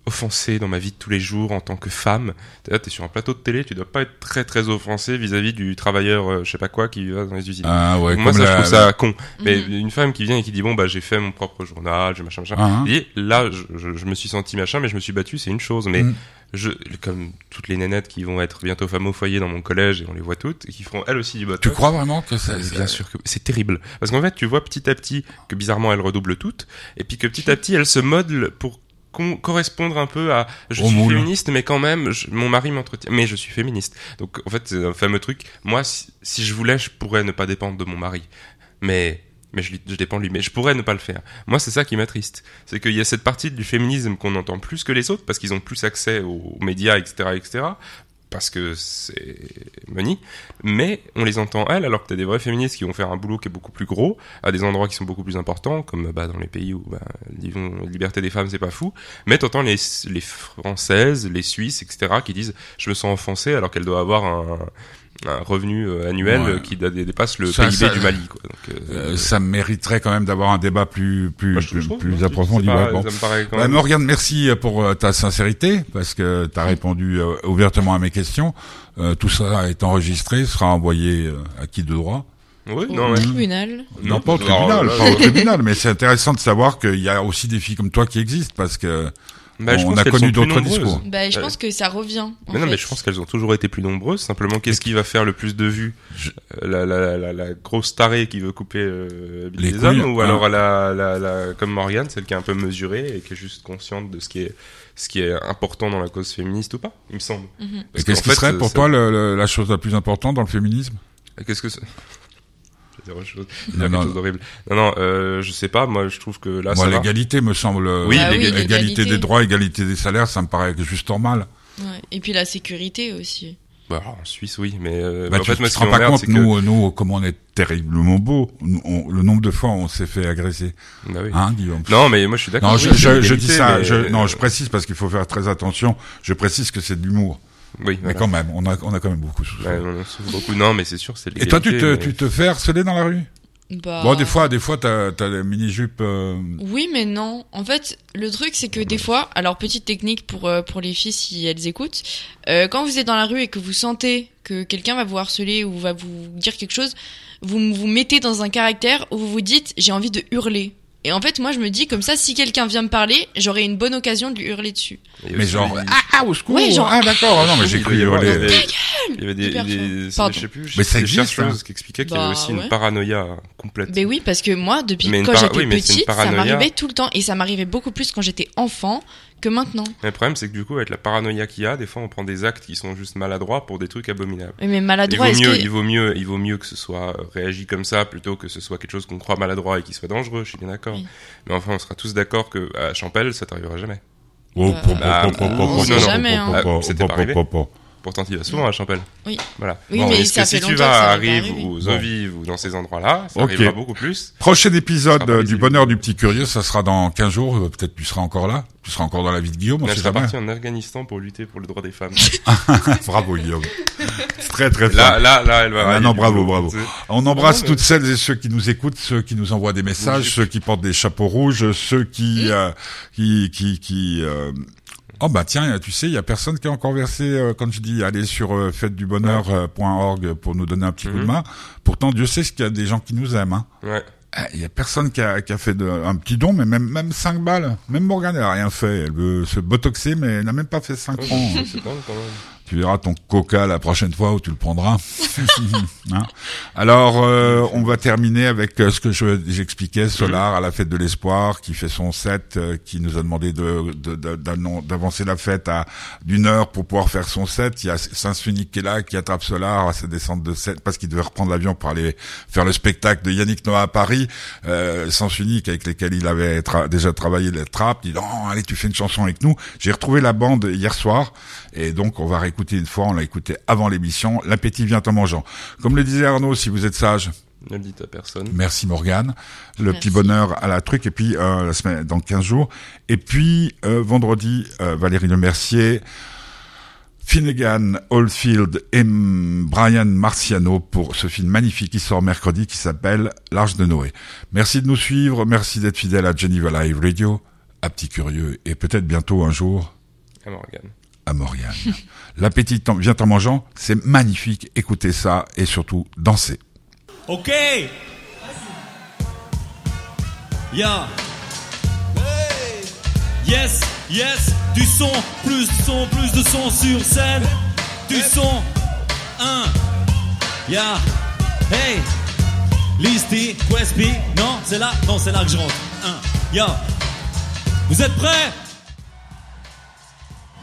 C: offensée dans ma vie de tous les jours en tant que femme. T'es là, t'es sur un plateau de télé, tu dois pas être très très offensé vis-à-vis du travailleur, euh, je sais pas quoi, qui va dans les usines.
A: Ah ouais,
C: Moi,
A: comme
C: ça, je
A: la-
C: trouve ça con. Mais
B: Mhm.
C: une femme qui vient et qui dit, bon, bah, j'ai fait mon propre journal, j'ai machin, machin.
A: Hein
C: Et là, je, je- je me suis senti machin, mais je me suis battu, c'est une chose. Mais
A: Mhm.
C: je, comme toutes les nénettes qui vont être bientôt femmes au foyer dans mon collège, et on les voit toutes, et qui feront elles aussi du botox.
A: Tu crois vraiment que ça
C: Mais Bien sûr que c'est terrible. Parce qu'en fait, tu vois petit à petit que bizarrement elles redoublent toutes, et puis que petit à petit elles se modelent pour con- correspondre un peu à je
A: Au
C: suis
A: moule.
C: féministe mais quand même je- mon mari m'entretient mais je suis féministe donc en fait c'est un fameux truc moi si, si je voulais je pourrais ne pas dépendre de mon mari mais mais je, lui- je dépends de lui mais je pourrais ne pas le faire moi c'est ça qui m'attriste c'est qu'il y a cette partie du féminisme qu'on entend plus que les autres parce qu'ils ont plus accès aux médias etc etc parce que c'est money, mais on les entend elles, alors que t'as des vraies féministes qui vont faire un boulot qui est beaucoup plus gros, à des endroits qui sont beaucoup plus importants, comme bah, dans les pays où bah, disons, la liberté des femmes c'est pas fou, mais t'entends les, les françaises, les suisses, etc. qui disent je me sens offensée alors qu'elles doivent avoir un, un revenu euh, annuel
A: Ouais.
C: euh, qui dé- dé- dépasse le
A: Ça,
C: PIB
A: ça-
C: du Mali. Quoi. Donc, euh,
A: Euh, ça mériterait quand même d'avoir un débat plus plus
C: moi, je- je
A: plus,
C: trouve,
A: plus
C: non, c'est
A: approfondi.
C: pas-
A: ouais, bon.
C: Ça me paraît quand
A: Bah,
C: même...
A: Morgane, merci pour euh, ta sincérité, parce que tu as répondu euh, ouvertement à mes questions. Euh, tout ça est enregistré, sera envoyé euh, à qui de droit
C: Oui,
B: Au
C: non, ouais.
B: tribunal.
A: Non, pas au
C: alors,
A: tribunal,
C: là,
A: pas au tribunal, mais c'est intéressant de savoir qu'il y a aussi des filles comme toi qui existent, parce que
C: Bah, je
A: On
C: pense
A: a
C: qu'elles
A: connu
C: sont plus
A: d'autres
C: nombreuses.
A: discours.
B: Bah, je
C: Ouais.
B: pense que ça revient. en
C: Euh. Mais non,
B: fait.
C: mais je pense qu'elles ont toujours été plus nombreuses. Simplement, qu'est-ce qui va faire le plus de vues
A: Je-
C: Euh, la, la, la, la grosse tarée qui veut couper euh,
A: Les
C: les,
A: couilles,
C: hommes, ou
A: hein.
C: alors la, la, la, comme Morgane, celle qui est un peu mesurée et qui est juste consciente de ce qui est, ce qui est important dans la cause féministe ou pas, il me semble.
B: Mhm.
C: Parce qu'en
A: qu'est-ce qui
C: fait, euh,
A: serait
C: ça-
A: pour
C: ça-
A: toi le- le- la chose la plus importante dans le féminisme
C: Qu'est-ce que c'est Je vais dire autre chose. Je vais
A: Non,
C: dire quelque
A: non.
C: chose d'horrible. Non, non, euh, je sais pas. Moi, je trouve que là,
A: Moi,
C: Ah, ça va.
A: l'égalité me semble. euh,
C: Oui,
B: Bah oui,
A: l'égalité.
B: l'égalité.
A: des droits, égalité des salaires, ça me paraît juste normal.
B: Ouais. Et puis la sécurité aussi.
C: Bah, alors, en Suisse, oui, mais euh,
A: Bah,
C: en
A: tu
C: fait, moi,
A: te
C: ce qui
A: rends pas
C: m'emmerde,
A: compte,
C: c'est que.
A: nous, nous, comment on est terriblement beau. le nombre de fois où on s'est fait agresser,
C: Bah oui.
A: hein, Guillaume.
C: Non, mais moi, je suis d'accord.
A: Non,
C: oui,
A: je, je,
C: c'est
A: je
C: l'égalité,
A: dis ça.
C: mais- euh,
A: Je, non, je précise parce qu'il faut faire très attention. Je précise que c'est de l'humour,
C: Oui,
A: mais
C: voilà.
A: quand même, on a, on a quand même beaucoup. souffert.
C: Ouais, Bah, on en souffre beaucoup. Non, mais c'est sûr, c'est
A: Et toi, tu te,
C: l'égalité, mais-
A: tu te fais harceler dans la rue
B: Bah...
A: Bon, des fois, des fois, t'as, t'as des euh, mini jupes.
B: Oui, mais non. En fait, le truc, c'est que des fois, alors petite technique pour, euh, pour les filles si elles écoutent, euh, quand vous êtes dans la rue et que vous sentez que quelqu'un va vous harceler ou va vous dire quelque chose, vous vous mettez dans un caractère où vous vous dites j'ai envie de hurler. Et en fait, moi, je me dis comme ça, si quelqu'un vient me parler, j'aurai une bonne occasion de lui hurler dessus.
C: Il y a
A: mais
C: aussi
A: genre,
C: des-
A: ah, ah, au secours.
B: Ouais, genre,
A: ah, d'accord. ah, non, mais
C: Oui,
A: j'ai
C: il
A: cru.
C: doit y avoir
A: hurler.
C: des- Il y avait des,
B: Hyper
C: des-
B: chaud.
C: des-
B: Pardon.
C: je sais plus,
A: Mais
C: des
A: ça existe, hein.
C: chercheuses qui expliquaient qu'il y
B: Bah,
C: avait aussi
B: ouais.
C: une paranoïa complète.
B: Ben oui, parce que moi, depuis
C: Mais une
B: quand
C: para-
B: j'étais
C: oui, mais c'est une
B: petite, ça
C: paranoïa.
B: m'arrivait tout le temps. Et ça m'arrivait beaucoup plus quand j'étais enfant que maintenant.
C: Mais le problème, c'est que du coup, avec la paranoïa qu'il y a, des fois, on prend des actes qui sont juste maladroits pour des trucs abominables.
B: Mais
C: Il
B: maladroit, Bah,
C: vaut,
B: est-ce
C: mieux,
B: que...
C: il, vaut mieux, il vaut mieux que ce soit euh, réagi comme ça plutôt que ce soit quelque chose qu'on croit maladroit et qui soit dangereux, je suis bien d'accord.
B: Oui.
C: Mais enfin, on sera tous d'accord que à Champel, ça t'arrivera jamais.
A: Oh, po, po,
C: Bah,
A: po, po,
C: on
A: po,
C: sait
A: po,
B: jamais,
A: po, po,
C: hein.
A: po,
C: Ah, c'était
A: po,
C: pas
A: po,
C: arrivé.
A: po, po.
C: Pourtant, il va souvent à Champel.
B: Oui.
C: Voilà.
B: Oui,
C: Bon,
B: mais
C: est-ce
B: ça
C: que
B: fait
C: si tu
B: longtemps que
C: vas
B: ça
C: à
B: m'est pas
C: Rive
B: arrivé.
C: ou
A: Bon.
C: Ovive ou dans ces endroits-là, ça
A: Ok.
C: arrivera beaucoup plus.
A: Prochain
C: Ça
A: épisode
C: sera pas
A: euh, du
C: les
A: bonheur
C: élus.
A: du petit curieux, ça sera dans 15 jours. euh, Peut-être tu seras encore là. Tu seras encore dans la vie de Guillaume. On
C: Là,
A: sait
C: je serais
A: jamais.
C: parti en Afghanistan pour lutter pour le droit des femmes.
A: Bravo Guillaume. Très très fort.
C: Là, là, là, elle va.
A: Ah
C: elle
A: non,
C: est
A: bravo,
C: toujours-
A: bravo.
C: c'est-
A: On embrasse
C: Non, mais-
A: toutes celles et ceux qui nous écoutent, ceux qui nous envoient des messages,
C: Oui, j'ai-
A: ceux qui portent des chapeaux rouges, ceux qui euh, qui qui qui. euh, Oh bah tiens, tu sais, il y a personne qui a encore versé euh, quand je dis aller sur euh, fêtedubonheur.org pour nous donner un petit coup de
C: Mhm.
A: main. Pourtant, Dieu sait qu'il y a des gens qui nous aiment. hein.
C: Ouais.
A: Ah, Il y a personne qui a, qui a fait de, un petit don, mais même même 5 balles. Même Morgane, elle a rien fait. Elle veut se botoxer, mais elle n'a même pas fait 5 francs.
C: Ouais, c'est dingue, quand même.
A: Tu verras ton coca la prochaine fois où tu le prendras. Hein Alors, euh, on va terminer avec euh, ce que je- j'expliquais, Solar à la fête de l'espoir, qui fait son set, euh, qui nous a demandé de de- de- d'annon- d'avancer la fête à d'une heure pour pouvoir faire son set. Il y a Saint-Sunic qui est là, qui attrape Solar à sa descente de set, parce qu'il devait reprendre l'avion pour aller faire le spectacle de Yannick Noah à Paris. Euh, Saint-Sunic, avec lesquels il avait tra- déjà travaillé les trappes, dit, non, allez, tu fais une chanson avec nous. J'ai retrouvé la bande hier soir. Et donc, on va réécouter une fois, on l'a écouté avant l'émission. L'appétit vient en mangeant. Comme le disait Arnaud, si vous êtes sage,
C: Ne le dites à personne.
A: merci Morgane. Le
B: Merci.
A: petit bonheur à la truc, et puis euh, la semaine, dans 15 jours. Et puis, euh, vendredi, euh, Valérie Le Mercier, Finnegan, Oldfield et mm, Brian Marciano pour ce film magnifique qui sort mercredi qui s'appelle L'Arche de Noé. Merci de nous suivre, merci d'être fidèle à Geneva Live Radio, à Petit Curieux, et peut-être bientôt un jour
C: À Morgane.
A: à Morgane. L'appétit t'en- vient en mangeant, c'est magnifique. Écoutez ça et surtout dansez.
I: Ok Yeah Yes, yes, du son, plus de son, plus de son sur scène Du son, un Yeah Hey Listy, Quesby, non, c'est là, non, c'est là que je rentre. Un, yeah Vous êtes prêts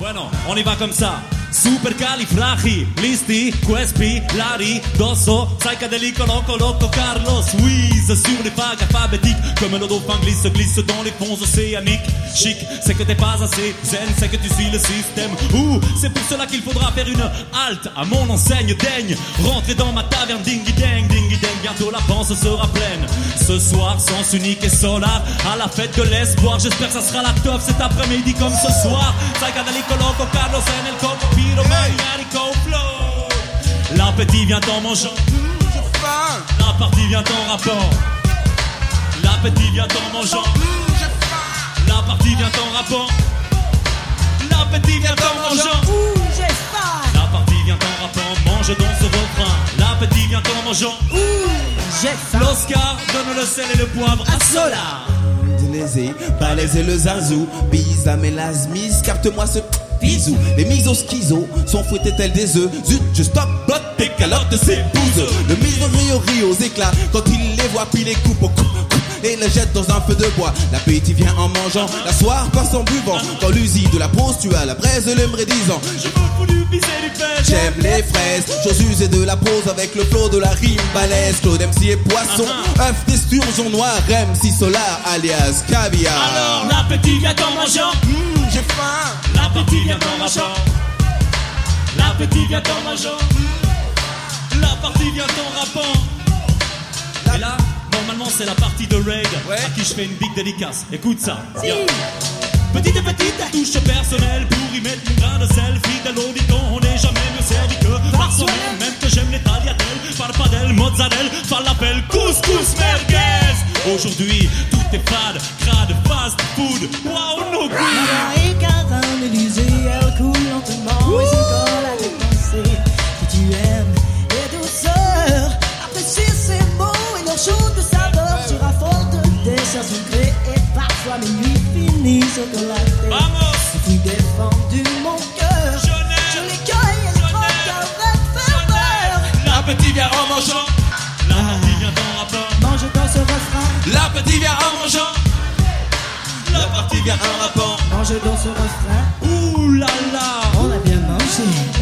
I: Bon, non, on y va comme ça Supercalifragilisticexpialidocious dosso, psychédélique, loco, loco, Carlos, Wiz, sur les vagues alphabétiques, comme le dauphin glisse, glisse dans les fonds océaniques. Chic, c'est que t'es pas assez zen, c'est que tu suis le système. Ouh, c'est pour cela qu'il faudra faire une halte à mon enseigne, daigne, rentrer dans ma taverne, dingy dang, dingy dang, bientôt la panse sera pleine. Ce soir, sens unique et solar, à la fête de l'espoir, j'espère que ça sera la top cet après-midi comme ce soir. Psychédélique, loco, Carlos, en el coco, pyromaniaco, flow. L'appétit vient en mangeant. Mmh,
E: Toujours faim,
I: La partie vient en rapport. L'appétit vient en mangeant.
E: toujours faim,
I: La partie vient en rapport. L'appétit vient en mangeant.
E: Ouh, j'ai faim,
I: La partie vient en rapport. Mange dans ce refrain. L'appétit vient en mangeant.
E: j'ai
I: L'Oscar donne le sel et le poivre à Solar.
J: Ténézé, balèze et le zazou, bise à mes lasmis, capte-moi ce bisou. Les mises au schizo sont fouettées telles des œufs. Zut, je stoppe, bloque tes calottes de ses bouses. Le mise Rio rit aux éclats quand il les voit, puis les coupe au cou cou- et les jette dans un feu de bois. L'appétit vient en mangeant, la soir passe en buvant. Dans l'usine de la prose, tu as la braise, l'aimerait disant
I: Je veux voulu viser du pêche.
J: J'aime les fraises, j'ose user de la prose avec le flot de la rime balèze. Claude MC et Poisson, œuf d'esturgeon noir, MC Solar alias Caviar.
I: Alors l'appétit vient en mangeant.
J: Mmh,
E: j'ai faim,
I: L'appétit vient en mangeant. L'appétit vient en mangeant. La partie vient en rappant. Et là, normalement, c'est la partie de Raid à qui je fais une big dédicace. Écoute ça. Yo. Petite et petite touche personnelle pour y mettre mon grain de sel. Fidèle au dicton, on n'est jamais mieux servi que par soi-même. Même que j'aime les tagliatelles, parpadelles, mozzarella, falafel, couscous, merguez. Aujourd'hui, tout est fade, crade, fast food. Waouh, no good. Vamos, jeunesse, l'appétit vient en mangeant. L'appétit vient en rapport. L'appétit vient en mangeant. La partie vient en rapport. Ouh là là,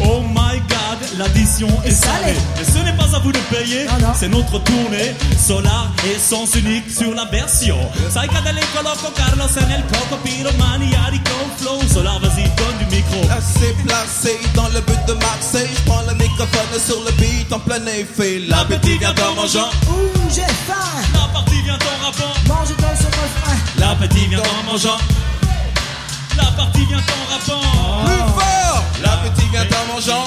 I: oh my god, l'addition est salée. Mais ce n'est pas à vous de payer,
K: Non, non.
I: c'est notre tournée. Solar et sens unique sur la version. Psychedelic, loco, Carlos, en el coco, pyromani, haricot, flow. Solar, vas-y, donne du micro.
J: Assez placé dans le but de Marseille, je prends le microphone sur le beat en plein effet. L'appétit vient en mangeant,
I: La partie vient en rapport. L'appétit vient en mangeant. La partie vient en rapport.
J: plus
K: Ah.
J: fort. L'appétit vient en mangeant,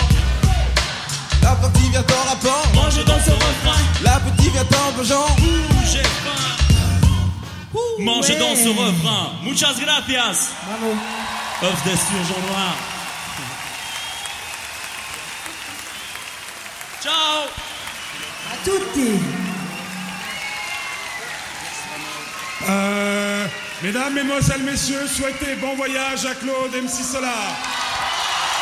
J: l'appétit vient en rapport.
I: Mange dans ce refrain.
J: L'appétit vient en mangeant.
I: Ouh, j'ai faim. Mange dans ce refrain. Muchas gracias. Bravo. Off d'esturgeon noir. Ciao.
H: Euh, mesdames, mesdemoiselles, messieurs, souhaitez bon voyage à Claude MC Solar.